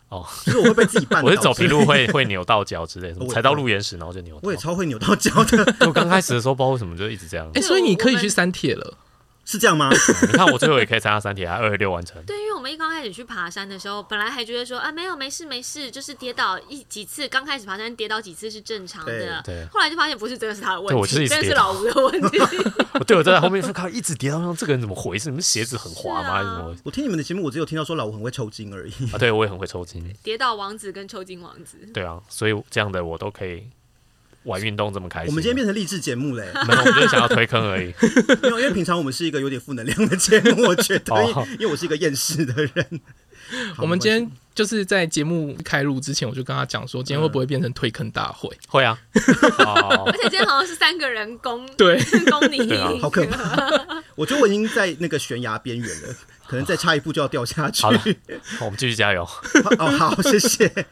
Speaker 3: 哦，
Speaker 2: 就是我会被自己绊倒。
Speaker 3: 我是走平路会会扭到脚之类的，什么
Speaker 2: 我也
Speaker 3: 踩到路岩石然后就扭到
Speaker 2: 我也。超会扭到脚的，
Speaker 3: 我刚开始的时候不知道为什么就一直这样。
Speaker 1: 哎、
Speaker 4: 对
Speaker 1: 所以你可以
Speaker 4: 我
Speaker 1: 去三铁了。
Speaker 2: 是这样吗？
Speaker 3: 你看我最后也可以参加 三铁，还二十六完成。
Speaker 4: 对，因为我们一刚开始去爬山的时候，本来还觉得说啊，没有，没事，没事，就是跌倒一几次，刚开始爬山跌倒几次是正常的。
Speaker 3: 对对
Speaker 4: 后来就发现不是，这个是他的问
Speaker 3: 对
Speaker 4: 题，
Speaker 3: 我就是一直
Speaker 4: 真的
Speaker 3: 跌
Speaker 4: 是
Speaker 3: 倒
Speaker 4: 老吴的问题。
Speaker 3: 我对我站在
Speaker 2: 啊
Speaker 3: 后面说，靠，一直跌到，说这个人怎么回事？你们鞋子很滑吗？还
Speaker 4: 是
Speaker 3: 是
Speaker 4: 啊
Speaker 3: 什 么？
Speaker 2: 我听你们的节目，我只有听到说老吴很会抽筋 而已。
Speaker 3: 啊，对我也很会抽筋。
Speaker 4: 跌倒王子跟抽筋王子，
Speaker 3: 对啊，所以这样的我都可以玩运动这么开心。
Speaker 2: 我们今天变成励志节目嘞、
Speaker 3: 没有，我们就是想要推坑而已。
Speaker 2: 没有，因为平常我们是一个有点负能量的节目，我觉得，因
Speaker 3: 哦
Speaker 2: 为因为我是一个厌世的 人。好
Speaker 1: 我们今天就是在节目开录之前，我就跟他讲说，今天会不会变成推坑大会？
Speaker 3: 会啊，哦
Speaker 4: 而，且今天好像是三个人攻
Speaker 1: 对，
Speaker 4: 攻 你
Speaker 3: 对啊，
Speaker 2: 好可怕！我觉得我已经在那个悬崖边缘了，可能再差一步就要掉下去。
Speaker 3: 好了我们继续加油。。
Speaker 2: 哦，好，谢谢。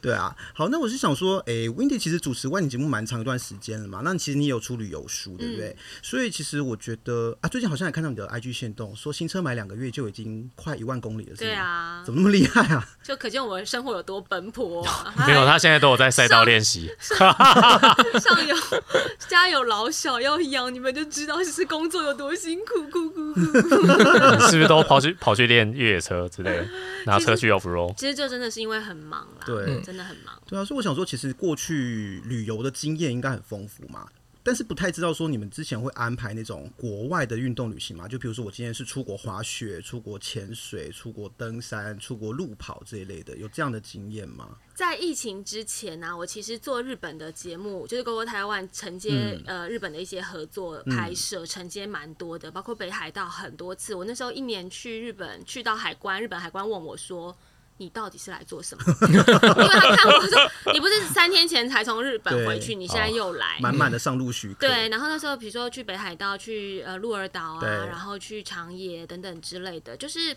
Speaker 2: 对啊，好，那我是想说，诶 w i n d y 其实主持万你节目蛮长一段时间了嘛，那其实你有出旅游书，对不
Speaker 4: 嗯
Speaker 2: 对？所以其实我觉得啊，最近好像也看到你的 IG 线动，说新车买两个月就已经快一万公里了，是吗
Speaker 4: 对，啊
Speaker 2: 怎，么那么厉害啊？
Speaker 4: 就可见我们生活有多奔波、啊
Speaker 3: 没有，他现在都有在赛道练习。
Speaker 4: 上有家有老小要养，你们就知道是工作有多辛苦，哭哭哭。
Speaker 3: 是不是都跑去跑去练越野车之类 的，拿车去 off road？
Speaker 4: 其实这真的是因为很忙啦，
Speaker 2: 对
Speaker 4: 嗯真的很忙。
Speaker 2: 对啊，所以我想说，其实过去旅游的经验应该很丰富嘛，但是不太知道说你们之前会安排那种国外的运动旅行嘛？就比如说我今天是出国滑雪、出国潜水、出国登山、出国路跑这一类的，有这样的经验吗？
Speaker 4: 在疫情之前呢、我其实做日本的节目，就是 g o 台湾承接、
Speaker 2: 嗯
Speaker 4: 呃日本的一些合作拍摄，承接蛮多的，包括北海道很多次。我那时候一年去日本，去到海关，日本海关问我说。你到底是来做什么？ 因为他看我说，你不是三天前才从日本回去，
Speaker 2: 对
Speaker 4: 你现在又来，
Speaker 2: 满满的上路许可，
Speaker 4: 嗯对，然后那时候比如说去北海道、去呃鹿儿岛
Speaker 2: 对
Speaker 4: 啊，然后去长野等等之类的，就是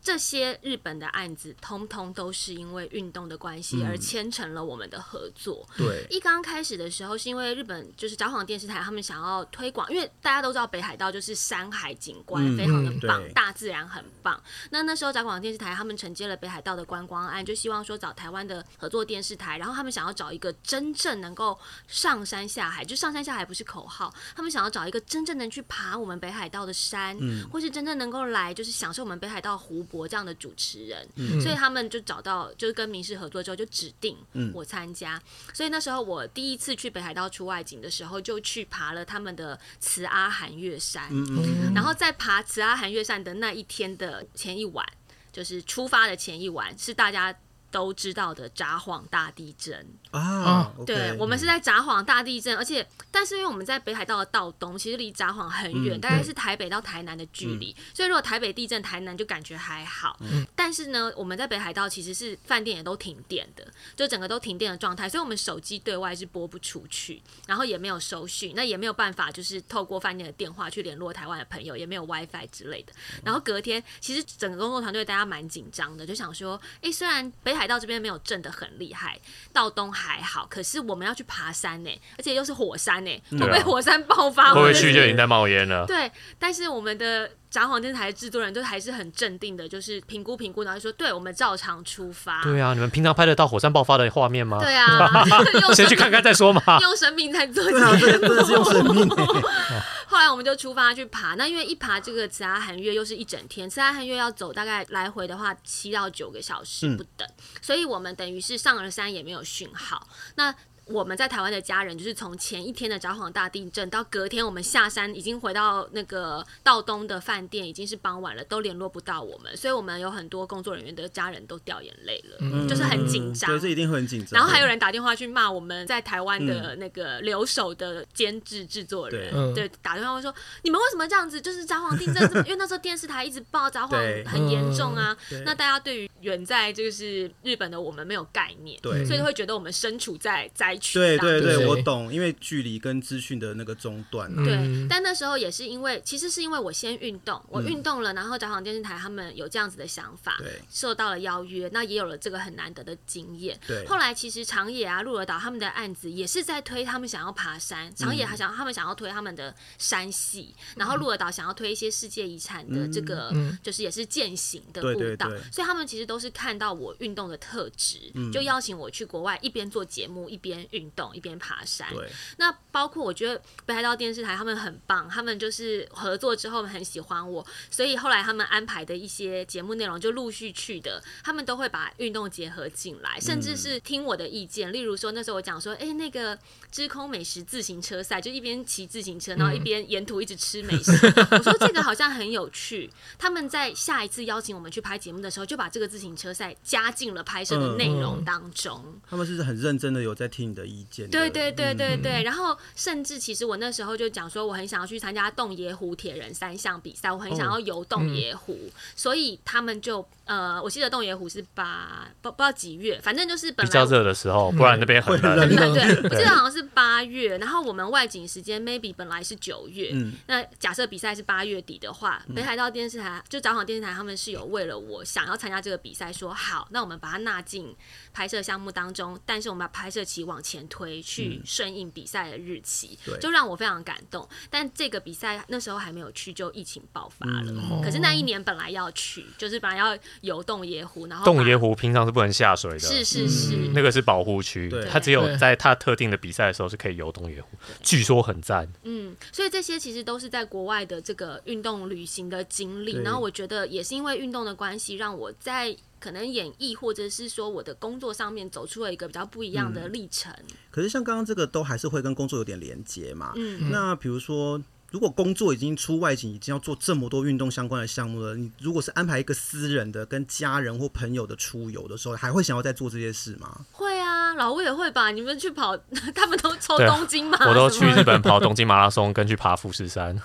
Speaker 4: 这些日本的案子，通通都是因为运动的关系而牵成了我们的合作。
Speaker 2: 对
Speaker 4: 一刚开始的时候，是因为日本就是札幌电视台，他们想要推广，因为大家都知道北海道就是山海景观、
Speaker 2: 嗯
Speaker 4: 非常的棒
Speaker 2: 对，
Speaker 4: 大自然很棒。那那时候札幌电视台他们承接了北海道的观光案，就希望说找台湾的合作电视台，然后他们想要找一个真正能够上山下海，就上山下海不是口号，他们想要找一个真正能去爬我们北海道的山，或是真正能够来就是享受我们北海道湖泊这样的主持人。所以他们就找到，就是跟民事合作之后就指定我参加。所以那时候我第一次去北海道出外景的时候，就去爬了他们的慈阿寒月山，
Speaker 2: 嗯
Speaker 4: 然后在爬慈阿寒月山的那一天的前一晚，就是出发的前一晚，是大家。都知道的札幌大地震，
Speaker 2: 啊
Speaker 1: 啊，
Speaker 2: OK 嗯
Speaker 4: 对我们是在札幌大地震，而且但是因为我们在北海道的道东，其实离札幌很远，
Speaker 2: 嗯
Speaker 4: 大概是台北到台南的距离，所以如果台北地震，台南就感觉还好。
Speaker 2: 嗯
Speaker 4: 但是呢，我们在北海道其实是饭店也都停电的，就整个都停电的状态，所以我们手机对外是拨不出去，然后也没有收讯，那也没有办法就是透过饭店的电话去联络台湾的朋友，也没有 WiFi 之类的。然后隔天，其实整个工作团队大家蛮紧张的，就想说，诶，虽然北海道这边没有震得很厉害，到东还好，可是我们要去爬山呢、而且又是火山呢、会不
Speaker 3: 对
Speaker 4: 会
Speaker 3: 啊
Speaker 4: 火山爆发？
Speaker 3: 会不会
Speaker 4: 我真
Speaker 3: 去
Speaker 4: 是
Speaker 3: 就已经在冒烟了？
Speaker 4: 对，但是我们的札幌电视台的制作人就还是很镇定的，就是评估评估，然后就说对，我们照常出发。
Speaker 3: 对啊，你们平常拍得到火山爆发的画面吗？
Speaker 4: 对啊， 用
Speaker 3: 先去
Speaker 4: 生
Speaker 3: 看看再说 嘛。
Speaker 4: 用生命在做
Speaker 2: 对啊，
Speaker 4: 节
Speaker 2: 这个真的是用生 命、欸
Speaker 4: 后来我们就出发去爬，那因为一爬这个慈阿寒月又是一整天，慈阿寒月要走大概来回的话七到九个小
Speaker 2: 嗯
Speaker 4: 时不等，所以我们等于是上了山也没有讯号。那我们在台湾的家人，就是从前一天的札幌大地震到隔天我们下山，已经回到那个道东的饭店，已经是傍晚了，都联络不到我们，所以我们有很多工作人员的家人都掉眼泪了，嗯
Speaker 2: 嗯
Speaker 1: 嗯
Speaker 4: 就是很紧张。
Speaker 2: 对，这一定会很紧张。
Speaker 4: 然后还有人打电话去骂我们在台湾的
Speaker 2: 嗯
Speaker 4: 那个留守的监制制作人，
Speaker 1: 嗯
Speaker 4: 对，打电话会说你们为什么这样子？就是札幌地震这么，因为那时候电视台一直报札
Speaker 2: 对嗯
Speaker 4: 幌很严重啊。
Speaker 2: 对
Speaker 4: 那大家对于远在就是日本的我们没有概念，
Speaker 2: 对
Speaker 4: 所以会觉得我们身处在灾区
Speaker 2: 对
Speaker 4: 当中。
Speaker 2: 对对，
Speaker 1: 对
Speaker 2: 我懂，因为距离跟资讯的那个中断啊，
Speaker 4: 对
Speaker 1: 嗯，
Speaker 4: 但那时候也是因为，其实是因为我先运动，我运动了，然后札幌电视台他们有这样子的想法
Speaker 2: 对，
Speaker 4: 受到了邀约，那也有了这个很难得的经验。
Speaker 2: 对
Speaker 4: 后来其实长野啊、鹿儿岛他们的案子也是在推他们想要爬山，
Speaker 2: 嗯
Speaker 4: 长野还想、他们想要推他们的山系，然后鹿儿岛想要推一些世界遗产的这个，就是也是践行的
Speaker 2: 嗯对
Speaker 4: 步
Speaker 2: 对
Speaker 4: 道，
Speaker 2: 对嗯
Speaker 4: 所以他们其实都是看到我运动的特质，就邀请我去国外一边做节目一边运动一边爬山。
Speaker 2: 对，
Speaker 4: 那包括我觉得北海道电视台他们很棒，他们就是合作之后很喜欢我，所以后来他们安排的一些节目内容就陆续去的，他们都会把运动结合进来，甚至是听我的意见。例如说那时候我讲说，哎、那个知空美食自行车赛，就一边骑自行车，然后一边沿途一直吃美食。我说这个好像很有趣。他们在下一次邀请我们去拍节目的时候，就把这个自行车赛加进了拍摄的内容当中。
Speaker 2: 他们是很认真的有在听你的意见的。
Speaker 4: 对对对对对，然后甚至其实我那时候就讲说，我很想要去参加洞爷湖铁人三项比赛，我很想要游洞爷湖，所以他们就呃，我记得洞爷湖是八不不知道几月，反正就是本
Speaker 3: 比
Speaker 4: 来
Speaker 3: 较热的时候，不然那边很
Speaker 2: 会
Speaker 3: 冷
Speaker 2: 很。
Speaker 4: 对，我记得好像是八月，然后我们外景时间 maybe 本来是九月，
Speaker 2: 嗯
Speaker 4: 那假设比赛是八月底的话，北海道电视台就早场电视台他们是有为了我想要参加这个比赛，说好，那我们把它纳进拍摄项目当中，但是我们把拍摄期往前推，去顺应比赛的日期，
Speaker 2: 对
Speaker 4: 就让我非常感动。但这个比赛那时候还没有去，就疫情爆发了。
Speaker 1: 哦
Speaker 4: 可是那一年本来要去，就是本来要游洞爷湖，然后
Speaker 3: 洞爷
Speaker 4: 湖
Speaker 3: 湖平常是不能下水的，
Speaker 4: 是是是。
Speaker 1: 嗯
Speaker 3: 那个是保护区
Speaker 2: 对，
Speaker 3: 它只有在它特定的比赛的时候是可以游洞爷湖，据说很赞。
Speaker 4: 嗯，所以这些其实都是在国外的这个运动旅行的经历，
Speaker 2: 对
Speaker 4: 然后我觉得也是因为运动的关系，让我在可能演艺或者是说我的工作上面走出了一个比较不一样
Speaker 3: 嗯
Speaker 4: 的历程。
Speaker 2: 可是像刚刚这个都还是会跟工作有点连接嘛。
Speaker 4: 嗯
Speaker 2: 那比如说，如果工作已经出外景，已经要做这么多运动相关的项目了，你如果是安排一个私人的跟家人或朋友的出游的时候，还会想要再做这些事吗？
Speaker 4: 会啊，老魏也会吧？你们去跑， 他们都抽
Speaker 3: 对啊
Speaker 4: 东京嘛？
Speaker 3: 我都
Speaker 4: 什
Speaker 3: 去
Speaker 4: 么
Speaker 3: 日本跑东京马拉松，跟去爬富士山。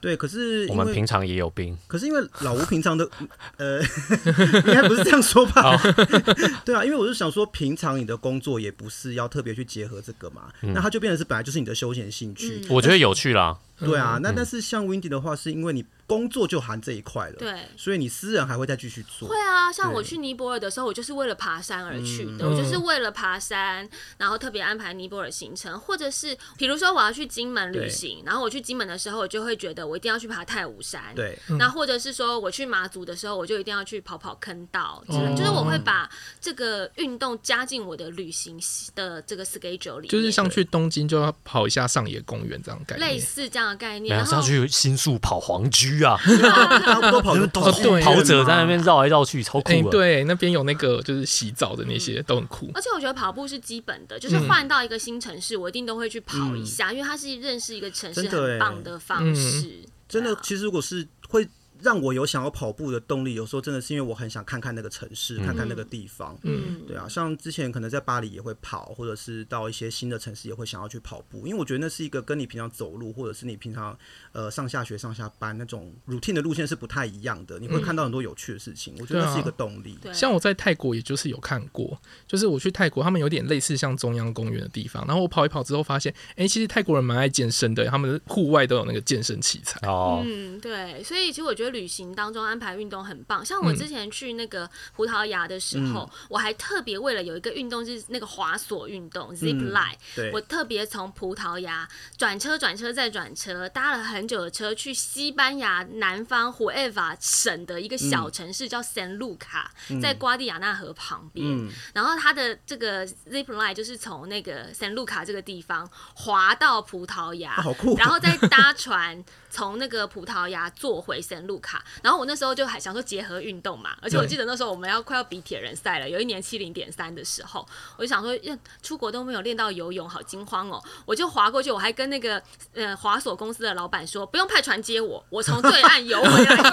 Speaker 2: 对，可是
Speaker 3: 我
Speaker 2: 因
Speaker 3: 们
Speaker 2: 为
Speaker 3: 平常也有病，
Speaker 2: 可是因为老吴平常 的呃，应该不是这样说吧？ 对啊，因为我是想说，平常你的工作也不是要特别去结合这个嘛，
Speaker 3: 嗯
Speaker 2: 那它就变成是本来就是你的休闲兴趣。
Speaker 4: 嗯
Speaker 3: 我觉得有趣啦。
Speaker 2: 对啊，
Speaker 3: 嗯
Speaker 2: 那但是像 Windy 的话，是因为你工作就含这一块了，
Speaker 4: 对。
Speaker 2: 所以你私人还会再继续做
Speaker 4: 会。啊，像
Speaker 2: 对
Speaker 4: 我去尼泊尔的时候，我就是为了爬山而去的，我
Speaker 3: 嗯
Speaker 4: 就是为了爬山，然后特别安排尼泊尔行程，或者是比如说我要去金门旅
Speaker 2: 对
Speaker 4: 行，然后我去金门的时候，我就会觉得我一定要去爬太武山，
Speaker 2: 对，
Speaker 1: 嗯
Speaker 4: 那或者是说我去马祖的时候，我就一定要去跑跑坑道之类，
Speaker 1: 哦
Speaker 4: 就是我会把这个运动加进我的旅行的这个 schedule 里面，
Speaker 1: 就是像去东京就要跑一下上野公园这样的概
Speaker 4: 类
Speaker 1: 念。
Speaker 4: 似这样的概念。
Speaker 3: 没有
Speaker 4: 然
Speaker 3: 是要
Speaker 4: 后
Speaker 3: 去新宿跑黄居啊，
Speaker 2: 大家都 跑得
Speaker 3: 都
Speaker 2: 跑
Speaker 1: 对
Speaker 3: 是跑者在那边绕来绕去，超酷啊
Speaker 1: 哎、
Speaker 3: 的。
Speaker 1: 对，那边有那个就是洗澡的那些、
Speaker 4: 嗯
Speaker 1: 都很酷。
Speaker 4: 而且我觉得跑步是基本的，
Speaker 1: 嗯
Speaker 4: 就是换到一个新城市，我一定都会去跑一下，因为它是认识一个城市
Speaker 2: 真的
Speaker 4: 很
Speaker 2: 耶
Speaker 4: 棒的方
Speaker 1: 嗯
Speaker 4: 式。
Speaker 2: 真的
Speaker 4: 对，啊
Speaker 2: 其实如果是会让我有想要跑步的动力，有时候真的是因为我很想看看那个城市，看看那个地方。
Speaker 4: 嗯，
Speaker 2: 对啊，像之前可能在巴黎也会跑，或者是到一些新的城市也会想要去跑步，因为我觉得那是一个跟你平常走路，或者是你平常呃上下学、上下班那种 routine 的路线是不太一样的，
Speaker 3: 嗯
Speaker 2: 你会看到很多有趣的事情，我觉得
Speaker 1: 对啊
Speaker 2: 那是一个动力。
Speaker 4: 对，
Speaker 1: 像我在泰国，也就是有看过，就是我去泰国，他们有点类似像中央公园的地方，然后我跑一跑之后发现，哎、其实泰国人蛮爱健身的，他们户外都有那个健身器材。
Speaker 3: 哦，
Speaker 4: 嗯，对，所以其实我觉得旅行当中安排运动很棒。像我之前去那个葡萄牙的时候，我还特别为了有一个运动是那个滑索运动 zip line，、
Speaker 2: 对
Speaker 4: 我特别从葡萄牙转车、转车再转车，搭了很久的车去西班牙南方胡埃瓦省的一个小城市叫圣路卡，在瓜地亚纳河旁边。然后它的这个 zip line 就是从那个圣路卡这个地方滑到葡萄牙，
Speaker 2: 啊好酷
Speaker 4: 然后再搭船从那个葡萄牙坐回圣路卡。然后我那时候就还想说结合运动嘛，而且我
Speaker 1: 对
Speaker 4: 记得那时候我们要快要比铁人赛了，有一年七零点三的时候，我就想说，呀出国都没有练到游泳，好惊慌哦！我就划过去，我还跟那个呃滑索公司的老板说，不用派船接我，我从对岸游回来就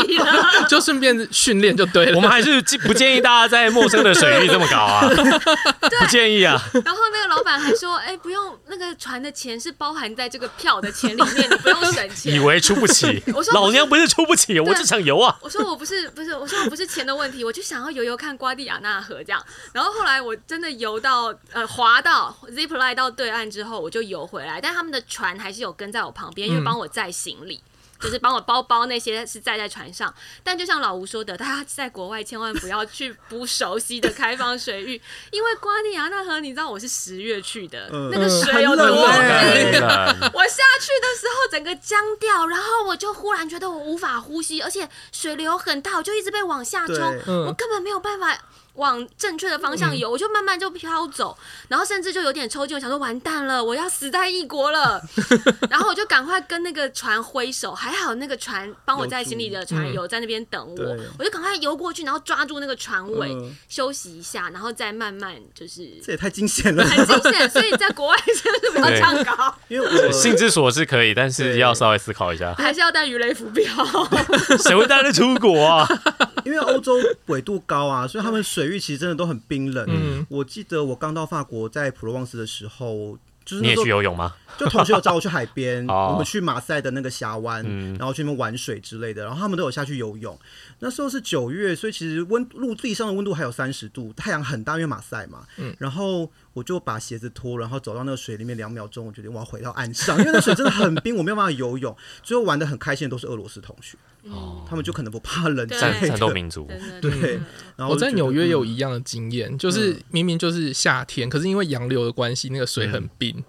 Speaker 4: 可以了。
Speaker 1: 就顺便训练就对了。
Speaker 3: 我们还是不建议大家在陌生的水域这么搞啊，不建议啊。
Speaker 4: 然后那个老板还说，哎、不用，那个船的钱是包含在这个票的钱里面，你不用省
Speaker 3: 以
Speaker 4: 钱。
Speaker 3: 为出不起
Speaker 4: 我说，
Speaker 3: 老娘不是出不起，我就想游啊。
Speaker 4: 我说我不是不是，我说我不是钱的问题，我就想要游游看瓜地亚纳河这样。然后后来我真的游到呃滑到 zip line 到对岸之后，我就游回来，但他们的船还是有跟在我旁
Speaker 2: 嗯
Speaker 4: 边，因为帮我载行李。就是帮我包包那些是载在船上，但就像老吴说的，大家在国外千万不要去不熟悉的开放水域，因为瓜地亚纳河，你知道我是十月去的，
Speaker 2: 嗯
Speaker 4: 那个水
Speaker 2: 很
Speaker 4: 有多
Speaker 2: 冷
Speaker 4: 冷
Speaker 2: 欸
Speaker 3: 很冷
Speaker 4: 我下去的时候整个僵掉，然后我就忽然觉得我无法呼吸，而且水流很大，我就一直被往下冲
Speaker 2: 对，
Speaker 1: 嗯
Speaker 4: 我根本没有办法。往正确的方向游，我就慢慢就飘走，然后甚至就有点抽筋，我想说完蛋了，我要死在异 国了。然后我就赶快跟那个船挥手，还好那个船帮我在行李的船友在那边等我，
Speaker 2: 嗯对
Speaker 4: 我就赶快游过去，然后抓住那个船尾、
Speaker 2: 嗯
Speaker 4: 休息一下，然后再慢慢就是
Speaker 2: 这也太惊 险了，
Speaker 4: 很惊险，所以在国外真的是 不要
Speaker 3: 对
Speaker 4: 这样搞。
Speaker 2: 因为我
Speaker 3: 性之所至可以，但是要稍微思考一下，
Speaker 4: 还是要带鱼雷浮标。
Speaker 3: 谁会带着出国啊？
Speaker 2: 因为欧洲纬度高 啊，所以他们水域其实真的都很冰冷。
Speaker 1: 嗯
Speaker 2: 我记得我刚到法国，在普罗旺斯的时候，就是那
Speaker 3: 你也
Speaker 2: 时候
Speaker 3: 去游泳吗？
Speaker 2: 就同学有找我去海 边，
Speaker 3: 哦嗯
Speaker 2: 我们去马赛的那个峡湾，然后去那边玩水之类的，然后他们都有下去游泳。那时候是九月，所以其实温陆地上的温度还有三十度，太阳很大，因为马赛嘛。然后我就把鞋子脱，然后走到那个水里面两秒钟，我决定我要回到岸上，因为那水真的很冰，我没有办法游泳。最后玩的很开心的都是俄罗斯同学，
Speaker 3: 哦，
Speaker 2: 他们就可能不怕冷之
Speaker 4: 对
Speaker 3: 战
Speaker 2: 类
Speaker 3: 战斗
Speaker 2: 的。
Speaker 3: 民族，
Speaker 4: 真 的，
Speaker 2: 对
Speaker 4: 真的
Speaker 2: 然后
Speaker 1: 我在
Speaker 2: 就觉得
Speaker 1: 纽约有
Speaker 2: 嗯
Speaker 1: 一样的经验，就是明明就是夏天，可是因为洋流的关系，那个水很冰。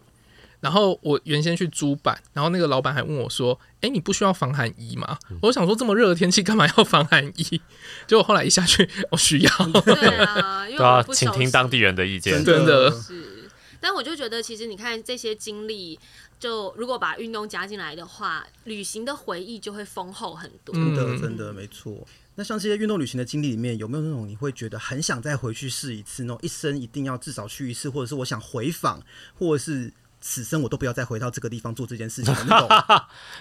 Speaker 1: 然后我原先去租板，然后那个老板还问我说：“哎，你不需要防寒衣吗？”我想说这么热的天气干嘛要防寒衣？ 结果后来一下去，我需要。
Speaker 4: 对啊，因为
Speaker 3: 对啊
Speaker 4: 我，不
Speaker 3: 请
Speaker 4: 熟
Speaker 3: 听
Speaker 4: 悉
Speaker 3: 当地人的嗯意见
Speaker 1: 真。的
Speaker 4: 是，但我就觉得，其实你看这些经历，就如果把运动加进来的话，旅行的回忆就会丰厚很多。
Speaker 1: 嗯
Speaker 2: 真的真的没错。那像这些运动旅行的经历里面，有没有那种你会觉得很想再回去试一次，那种一生一定要至少去一次，或者是我想回访，或者是此生我都不要再回到这个地方做这件事情的那种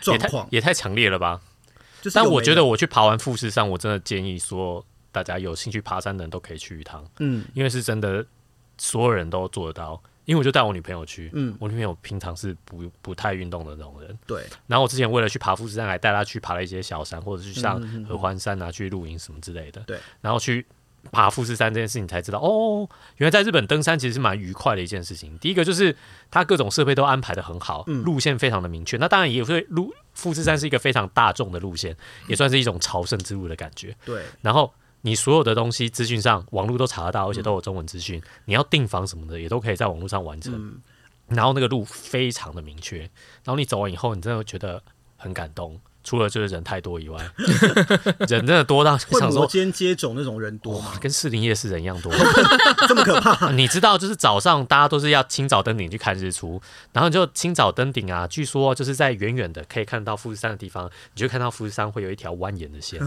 Speaker 2: 状
Speaker 3: 也太
Speaker 2: 况？
Speaker 3: 也太强烈了吧！
Speaker 2: 就是
Speaker 3: 但
Speaker 2: 有
Speaker 3: 我
Speaker 2: 没
Speaker 3: 觉得
Speaker 2: 有，
Speaker 3: 我去爬完富士山，我真的建议说，大家有兴趣爬山的人都可以去一趟，
Speaker 2: 嗯，
Speaker 3: 因为是真的，所有人都做得到。因为我就带我女朋友去，
Speaker 2: 嗯
Speaker 3: 我女朋友平常是不不太运动的那种人，
Speaker 2: 对，
Speaker 3: 然后我之前为了去爬富士山，还带她去爬了一些小山，或者是上合欢山啊，去露营什么之类的。
Speaker 2: 对，
Speaker 3: 然后去爬富士山这件事情才知道，哦，原来在日本登山其实是蛮愉快的一件事情。第一个就是它各种设备都安排的很好，路线非常的明确。那当然也会路富士山是一个非常大众的路线，也算是一种朝圣之路的感觉。
Speaker 2: 对，
Speaker 3: 然后你所有的东西资讯上，网络都查得到，而且都有中文资讯。你要订房什么的，也都可以在网络上完成。然后那个路非常的明确，然后你走完以后，你真的觉得很感动。除了就是人太多以外，人真的多到
Speaker 2: 会
Speaker 3: 想
Speaker 2: 摩
Speaker 3: 说，
Speaker 2: 肩接踵那种人多
Speaker 3: 哇
Speaker 2: 吗？，
Speaker 3: 跟士林夜市人一样多。
Speaker 2: 这么可怕？
Speaker 3: 你知道，就是早上大家都是要清早登顶去看日出，然后你就清早登顶啊。据说就是在远远的可以看到富士山的地方，你就看到富士山会有一条蜿蜒 的线，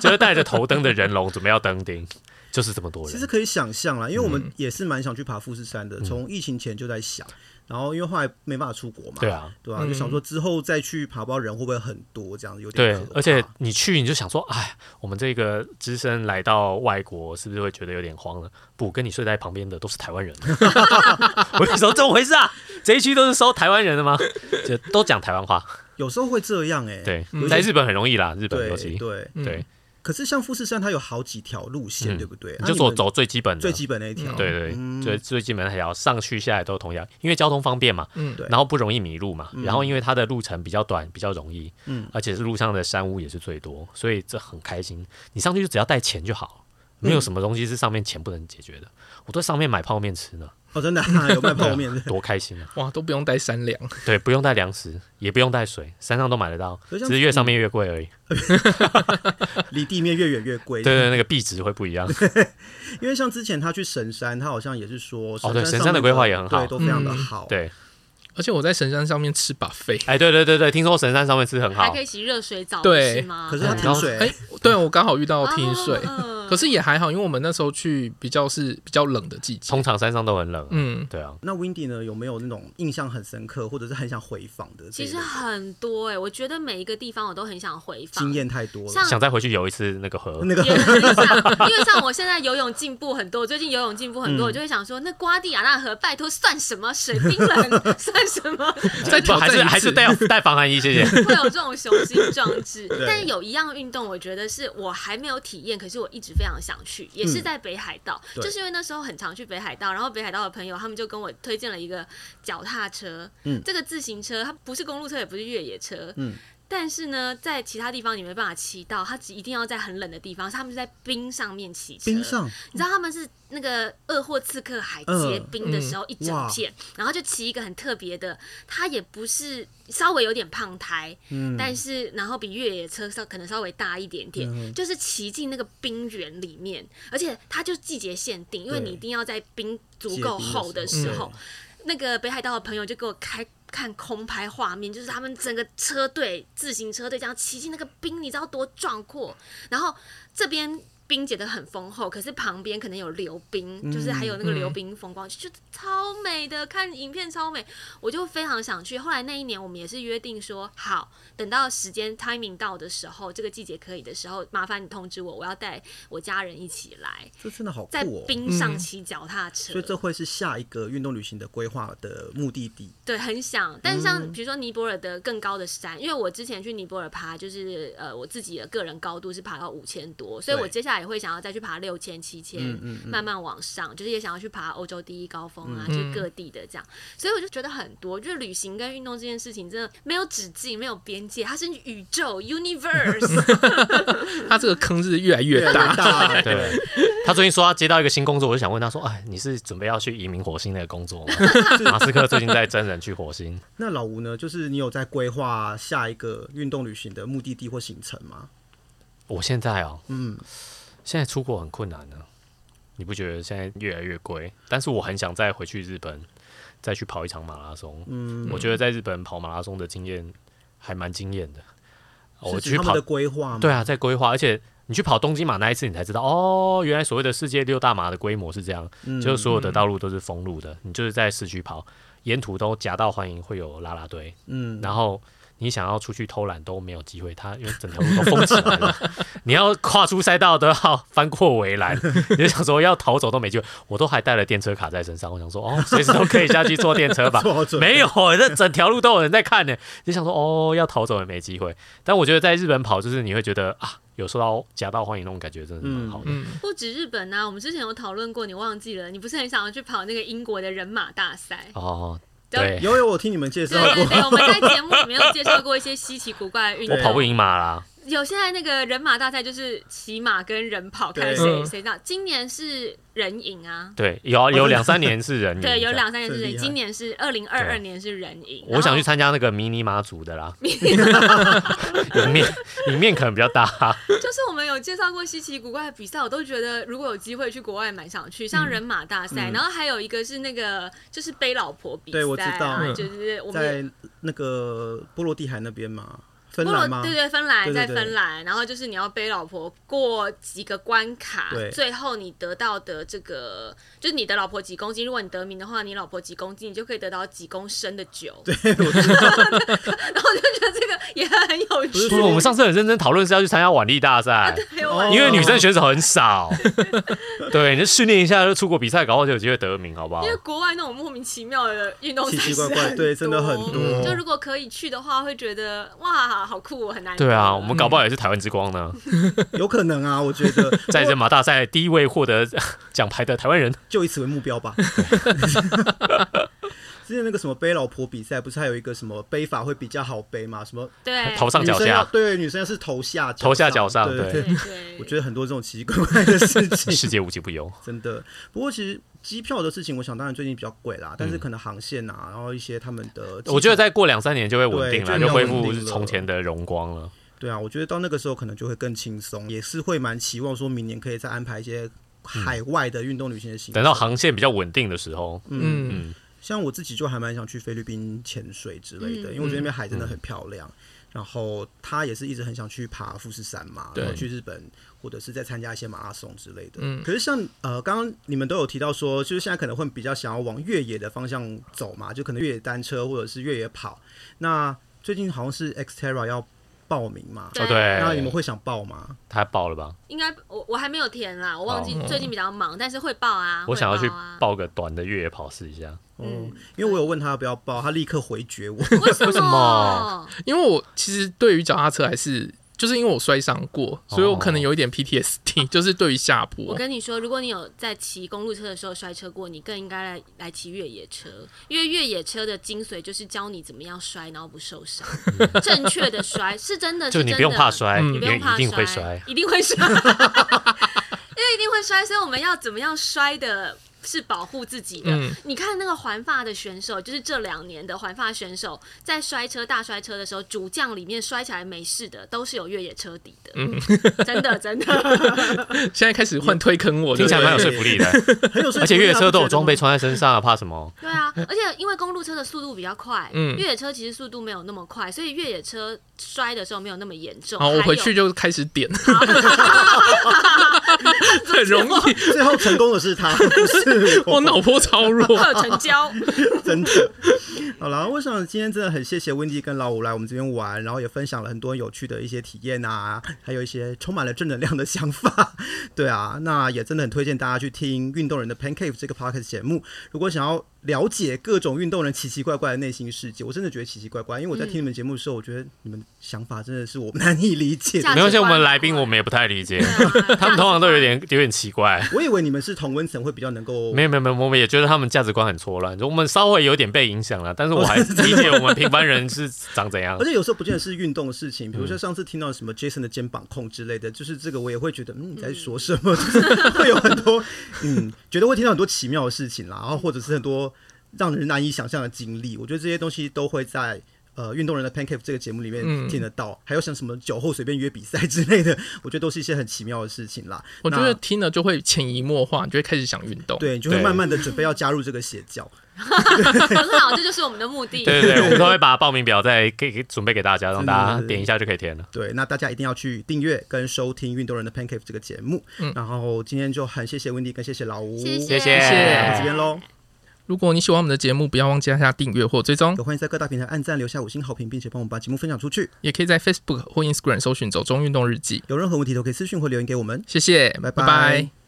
Speaker 3: 就是带着头灯的人龙准备要登顶，就是这么多
Speaker 2: 其实
Speaker 3: 人。
Speaker 2: 可以想象啦，因为我
Speaker 3: 嗯
Speaker 2: 们也是蛮想去爬富士山的，从疫情前就在想，然后因为后来没办法出国嘛，
Speaker 3: 对，啊，
Speaker 2: 对啊，就想说之后再去爬，不知道人会不会很多，这样子有点
Speaker 3: 对
Speaker 2: 可怕，
Speaker 3: 而且你去你就想说，哎，我们这个资深来到外国，是不是会觉得有点慌了？不，跟你睡在旁边的都是 台湾人。 我跟你说，怎么回事啊？这一区都是收台湾人的吗？就都讲台湾话。
Speaker 2: 有时候会这样哎，
Speaker 3: 对
Speaker 1: 嗯，
Speaker 3: 在日本很容易啦，日本
Speaker 2: 对
Speaker 3: 尤其。
Speaker 2: 对，
Speaker 1: 嗯
Speaker 3: 对，
Speaker 2: 可是像富士山，它有好几条路线，
Speaker 3: 嗯
Speaker 2: 对不对？
Speaker 3: 你
Speaker 2: 啊
Speaker 3: 就走
Speaker 2: 们
Speaker 3: 走最基本的，
Speaker 2: 最基本嗯那一条。
Speaker 3: 对对，最最基本的条上去下来都同样，因为交通方便嘛，
Speaker 1: 嗯
Speaker 2: 对
Speaker 3: 然后不容易迷路嘛，然后因为它的路程比较短，比较容易，
Speaker 2: 嗯
Speaker 3: 而且是路上的山屋也是最多，所以这很开心。你上去就只要带钱就好，
Speaker 2: 嗯
Speaker 3: 没有什么东西是上面钱不能解决的。我在上面买泡面吃呢，
Speaker 2: 哦，真的啊有卖泡面
Speaker 3: 对啊， 多开心啊！
Speaker 1: 哇，都不用带三两，
Speaker 3: 对，不用带粮食，也不用带水，山上都买得到，
Speaker 2: 所以
Speaker 3: 只
Speaker 2: 像嗯
Speaker 3: 是越上面越贵而已。
Speaker 2: 离地面越远越贵。
Speaker 3: 对对，那个币值会不一样。
Speaker 2: 因为像之前他去神山，他好像也是说，
Speaker 3: 哦对
Speaker 2: 上
Speaker 3: 神
Speaker 2: 面
Speaker 3: 山的规划也很好
Speaker 2: 对，都非常的
Speaker 1: 嗯
Speaker 2: 好。
Speaker 3: 对，
Speaker 1: 而且我在神山上面吃把费。
Speaker 3: 哎，对对对对，听说神山上面吃很
Speaker 4: 还
Speaker 3: 好
Speaker 4: 可，以洗热水澡，
Speaker 1: 对
Speaker 4: 不吗？
Speaker 2: 可是他
Speaker 3: 嗯
Speaker 2: 停水，
Speaker 1: 哎，对我刚好遇到
Speaker 4: 啊
Speaker 1: 停水，
Speaker 4: 嗯
Speaker 1: 可是也还好，因为我们那时候去比较是比较冷的季节。
Speaker 3: 通常山上都很冷啊。
Speaker 1: 嗯，
Speaker 3: 对啊，
Speaker 2: 那 Windy 呢，有没有那种印象很深刻，或者是很想回访的这
Speaker 4: 其
Speaker 2: 一类
Speaker 4: 实
Speaker 2: 的？
Speaker 4: 很多哎、我觉得每一个地方我都很想回访
Speaker 2: 经。验太多了
Speaker 4: 像。
Speaker 3: 想再回去游一次那个河。
Speaker 2: 那个
Speaker 4: 也很想，因为像我现在游泳进步很多，我最近游泳进步很
Speaker 2: 嗯
Speaker 4: 多，我就会想说，那瓜地亚纳河拜托算什么？水冰冷 算什么？
Speaker 1: 再
Speaker 3: 不
Speaker 1: 挑
Speaker 3: 还
Speaker 1: 战
Speaker 3: 是
Speaker 1: 一次
Speaker 3: 还是带带防寒衣，谢谢。
Speaker 4: 会有这种雄心壮志。但有一样运动，我觉得是我还没有体验，可是我一直非常想去，也是在北海道，
Speaker 2: 嗯对
Speaker 4: 就是因为那时候很常去北海道，然后北海道的朋友他们就跟我推荐了一个脚踏车，
Speaker 2: 嗯
Speaker 4: 这个自行车它不是公路车，也不是越野车，
Speaker 2: 嗯
Speaker 4: 但是呢，在其他地方你没办法骑到，它只一定要在很冷的地方，他们是在冰上面骑车。
Speaker 2: 冰上，
Speaker 4: 你知道他们是那个鄂霍次克海结冰的时候一整
Speaker 2: 嗯
Speaker 4: 片，然后就骑一个很特别的，它也不是稍微有点胖胎，
Speaker 2: 嗯，
Speaker 4: 但是然后比越野车稍可能稍微大一点点，
Speaker 2: 嗯
Speaker 4: 就是骑进那个冰原里面，而且它就季节限定，因为
Speaker 2: 对嗯
Speaker 4: 你一定要在冰足够厚的时候，那个北海道的朋友就给我开。看空拍画面，就是他们整个车队、自行车队这样骑进那个冰，你知道多壮阔。然后这边冰结的很丰厚，可是旁边可能有溜冰，
Speaker 2: 嗯
Speaker 4: 就是还有那个溜冰风光，就超美的，看影片超美，我就非常想去。后来那一年我们也是约定说，好，等到时间 timing 到的时候，这个季节可以的时候，麻烦你通知我，我要带我家人一起来，
Speaker 2: 这真的好
Speaker 4: 在
Speaker 2: 酷哦！
Speaker 4: 冰上骑脚踏车。
Speaker 2: 所以这会是下一个运动旅行的规划的目的地。
Speaker 4: 对，很想。但是
Speaker 2: 嗯
Speaker 4: 像比如说尼泊尔的更高的山，因为我之前去尼泊尔爬，就是呃我自己的个人高度是爬到五千多，所以我
Speaker 2: 对
Speaker 4: 接下来也会想要再去爬六千、七千
Speaker 2: 嗯嗯，嗯
Speaker 4: 慢慢往上，就是也想要去爬欧洲第一高峰啊，就是各地的这样。所以我就觉得很多，就是旅行跟运动这件事情真的没有止境，没有边界，它是宇 宙 universe。
Speaker 1: 他这个坑是越来越
Speaker 2: 越来
Speaker 1: 大
Speaker 2: 越。大，
Speaker 3: 对，他最近说他接到一个新工作，我就想问他说：“哎，你是准备要去移民火星那个工 作吗？”马斯克最近在真人去火星，
Speaker 2: 那老吴呢？就是你有在规划下一个运动旅行的目的地或行程吗？
Speaker 3: 我现在哦，
Speaker 2: 嗯，
Speaker 3: 现在出国很困难呢、啊你不觉得现在越来越贵？但是我很想再回去日本，再去跑一场马拉松。嗯，我觉得在日本跑马拉松的经验还蛮惊艳的。哦我
Speaker 2: 是指
Speaker 3: 去
Speaker 2: 他们
Speaker 3: 跑
Speaker 2: 的，规划吗？
Speaker 3: 对啊，在规划，而且你去跑东京马那一次，你才知道哦，原来所谓的世界六大马的规模是这样，
Speaker 2: 嗯
Speaker 3: 就是所有的道路都是封路的，你就是在市区跑，沿途都夹道欢迎，会有啦啦队，
Speaker 2: 嗯，
Speaker 3: 然后你想要出去偷懒都没有机会，它因为整条路都封起来了， 你要跨出赛道都要翻过围栏，你就想说要逃走都没机会。我都还带了电车卡在身上，我想说哦，随时都可以下去坐电车吧
Speaker 2: 做好。准备
Speaker 3: 没有，这整条路都有人在看呢，就想说哦，要逃走也没机会。但我觉得在日本跑，就是你会觉得啊，有受到夹道欢迎那种感觉，真的是蛮好的。
Speaker 1: 嗯，
Speaker 4: 不止日本啊，我们之前有讨论过，你忘记了？你不是很想要去跑那个英国的人马大赛？
Speaker 3: 哦，
Speaker 4: 对
Speaker 3: 对，
Speaker 2: 有有，我听你们介绍
Speaker 4: 对对
Speaker 2: 过，
Speaker 4: 对，我们在节目里面有介绍过一些稀奇古怪的运动。
Speaker 3: 我跑不赢马啦。
Speaker 4: 有现在那个人马大赛就是骑马跟人跑，
Speaker 2: 对
Speaker 4: 看谁
Speaker 1: 嗯
Speaker 4: 谁大。今年是人影啊，
Speaker 3: 对，有啊有两三年是人
Speaker 4: 对，有
Speaker 3: 赢这样。
Speaker 4: 两三年是
Speaker 2: 这嗯
Speaker 4: 人
Speaker 2: 厉
Speaker 4: 影，
Speaker 2: 害啊
Speaker 4: 今年是二零二
Speaker 3: 对
Speaker 4: 二年是人影。
Speaker 3: 我想去
Speaker 4: 然后
Speaker 3: 参加那个迷你马组的 啦，里面里面可能比较大。
Speaker 4: 就是我们有介绍过稀奇古怪的比赛，我都觉得如果有机会去国外蛮想去，
Speaker 2: 嗯
Speaker 4: 像人马大赛，然后还有一个是那个就是背老婆比赛、啊，
Speaker 2: 对我知道
Speaker 1: 嗯
Speaker 4: 就是我们 也
Speaker 2: 在那个波罗的海那边嘛，芬
Speaker 4: 波
Speaker 2: 兰
Speaker 4: 罗
Speaker 2: 吗
Speaker 4: 对？对，芬兰
Speaker 2: 对
Speaker 4: 在
Speaker 2: 对对
Speaker 4: 芬兰，然后就是你要背老婆过几个关卡
Speaker 2: 对，
Speaker 4: 最后你得到的这个就是你的老婆几公斤，如果你得名的话，你老婆几公斤，你就可以得到几公升的酒。 对，然后我就觉得这个也很有
Speaker 2: 不是
Speaker 4: 趣。
Speaker 3: 不是，我们上次很认真讨论是要去参加腕力大赛，
Speaker 4: 还有玩
Speaker 2: 哦
Speaker 3: 因为女生选手很少。对，你就训练一下就出国比赛，搞不好就有机会得名，好不好
Speaker 4: 哦因？为国外那种莫名其妙的运动
Speaker 2: 奇
Speaker 4: 赛
Speaker 2: 奇
Speaker 4: 事
Speaker 2: 怪
Speaker 4: 很
Speaker 2: 怪，对，真的很多。
Speaker 4: 就如果可以去的话，会觉得哇，好酷，哦，很难得。
Speaker 3: 对啊，我们搞
Speaker 1: 嗯
Speaker 3: 不好也是台湾之光呢，
Speaker 2: 有可能啊，我觉得
Speaker 3: 在人马大赛第一位获得奖牌的台湾人。
Speaker 2: 就以此为目标 吧。 之前那个什么背老婆比赛，不是还有一个什么背法会比较好背吗？什么
Speaker 4: 对
Speaker 3: 头上
Speaker 2: 女
Speaker 3: 脚
Speaker 2: 生要
Speaker 3: 下，
Speaker 2: 对女生是头下
Speaker 3: 头下脚上
Speaker 2: 对对。
Speaker 4: 对对，
Speaker 2: 我觉得很多这种奇奇怪怪的事 情，
Speaker 3: 世界无奇不有。
Speaker 2: 真的。不过其实机票的事情，我想当然最近比较贵啦，但是可能航线啊，然后一些他们的，
Speaker 3: 嗯我觉得再过两三年就会稳定了，
Speaker 2: 对就
Speaker 3: 就恢
Speaker 2: 稳
Speaker 3: 复
Speaker 2: 定了
Speaker 3: 从前的荣光了。
Speaker 2: 对啊，我觉得到那个时候可能就会更轻松，也是会蛮期望说明年可以再安排一些海外的运动旅行的行程。
Speaker 3: 嗯等到航线比较稳定的时候，
Speaker 1: 嗯，
Speaker 2: 像我自己就还蛮想去菲律宾潜水之类的，
Speaker 4: 嗯
Speaker 2: 因为我觉得那边海真的很漂亮。然后他也是一直很想去爬富士山嘛，
Speaker 1: 对
Speaker 2: 然后去日本或者是再参加一些马拉松之类的。
Speaker 1: 嗯
Speaker 2: 可是像呃，刚刚你们都有提到说，就是现在可能会比较想要往越野的方向走嘛，就可能越野单车或者是越野跑。那最近好像是 Xterra 要报名嘛，
Speaker 4: 对
Speaker 3: 哦
Speaker 2: 那你们
Speaker 3: 对，
Speaker 2: 会想报吗？
Speaker 3: 他爆了吧？
Speaker 4: 应该我我还没有填啦，我忘记
Speaker 1: 哦
Speaker 4: 最近比较忙，但是会报啊。
Speaker 3: 我
Speaker 4: 会
Speaker 3: 想要去
Speaker 4: 啊。
Speaker 3: 报个短的越野跑试一下。
Speaker 2: 嗯
Speaker 4: 嗯，
Speaker 2: 因为我有问他要不要报，他立刻回绝 我。
Speaker 4: 为什么？
Speaker 3: 什么
Speaker 1: 因为我其实对于脚踏车还是，就是因为我摔伤过，所以我可能有一点 PTSD，就是 对于下
Speaker 4: 我
Speaker 1: 坡。
Speaker 4: 跟你说，如果你有在骑公路车的时候摔车过，你更应该来来骑越野车，因为越野车的精髓就是教你怎么样摔，然后不 受伤，正确的摔是真的，
Speaker 3: 就是你
Speaker 4: 真
Speaker 3: 不用
Speaker 4: 的啊
Speaker 3: 怕摔，
Speaker 1: 嗯
Speaker 4: 你
Speaker 3: 你
Speaker 4: 不
Speaker 3: 也
Speaker 4: 用怕
Speaker 3: 一定会摔。
Speaker 4: 一定会摔，因为一定会摔，所以我们要怎么样摔的？是保护自己的。
Speaker 1: 嗯
Speaker 4: 你看那个环法的选手，就是这两年的环法选手，在摔车大摔车的时候，主将里面摔起来没事的，都是有越野车底的。
Speaker 3: 嗯
Speaker 4: 真的 真的，
Speaker 1: 现在开始换推坑我，
Speaker 3: 听起来蛮有
Speaker 1: 对
Speaker 3: 说服力的，
Speaker 2: 很有说服力啊，
Speaker 3: 而且越野车都有装备
Speaker 2: 不觉
Speaker 3: 穿在身上啊，怕什么？
Speaker 4: 对啊，而且因为公路车的速度比较快，
Speaker 1: 嗯
Speaker 4: 越野车其实速度没有那么快，所以越野
Speaker 3: 哦
Speaker 4: 车摔的时候没有那么严重。
Speaker 1: 好，我
Speaker 4: 还有
Speaker 1: 回去就开始点。容易，
Speaker 2: 最后成功的是他，不是
Speaker 1: 我脑波超弱。
Speaker 4: 二成交，
Speaker 2: 真的。好了，我想今天真的很谢谢 Wendy 跟老五来我们这边玩，然后也分享了很多有趣的一些体验啊，还有一些充满了正能量的想法。 对啊，那也真的很推荐大家去听《运动人的 Pancake》这个 podcast 节目。如果想要了解各种运动人奇奇怪怪的内心世界，我真的觉得奇奇怪怪，因为我在听你们节目的时候，我觉得你们想法真的是我们难以理解的。
Speaker 4: 价值
Speaker 3: 没关系，我
Speaker 4: 观
Speaker 3: 们
Speaker 4: 嘛
Speaker 3: 来宾我们也不太理解，他们通常都有点有点奇怪。
Speaker 2: 我以为你们是同温层会比较能够
Speaker 3: 没有没有没有，我们也觉得他们价值观很错乱，我们稍微有点被影响了，但是 我还是理解我们平凡人是长怎样
Speaker 2: 而。且有时候不见得是
Speaker 1: 嗯
Speaker 2: 运动的事情，比如说上次听到什么 Jason 的肩膀控之类的，就是这个我也会觉得，嗯，你在说什么？ 就是会有很多，嗯，觉得会听到很多奇妙的事 情啦，然后或者是很多让人难以想象的经历。我觉得这些东西都会在。呃，运动人的 Pancake 这个节目里面
Speaker 1: 嗯
Speaker 2: 听得到，还有像什么酒后随便约比赛之类的，我觉得都是一些很奇妙的事情啦。
Speaker 1: 我觉
Speaker 2: 那
Speaker 1: 得听了就会潜移默化，你就会开始想运动。
Speaker 2: 对，你就会
Speaker 3: 对
Speaker 2: 慢慢的准备要加入这个邪教。
Speaker 4: 很好，这就是我们的目的。
Speaker 3: 对 对对，我们都会把报名表再给给准备给大家，让
Speaker 2: 是
Speaker 3: 大
Speaker 2: 是
Speaker 3: 家
Speaker 2: 是
Speaker 3: 点一下就可以填了。
Speaker 2: 对，那大家一定要去订阅跟收听《运动人的 Pancake》这个节目。然后今天就很谢谢温迪，跟谢谢老吴，
Speaker 4: 谢
Speaker 3: 谢
Speaker 4: 谢，
Speaker 1: 谢
Speaker 2: 这边喽。
Speaker 1: 如果你喜欢我们的节目，不要忘记按下订阅或追踪，
Speaker 2: 也欢迎在各大平台按赞、留下五星好评，并且帮我们把节目分享出去。
Speaker 1: 也可以在 Facebook 或 Instagram 搜寻“走中运动日记
Speaker 2: 有任何问题都可以私讯或留言给我们”。。
Speaker 1: 谢谢，
Speaker 2: 拜拜
Speaker 1: 拜拜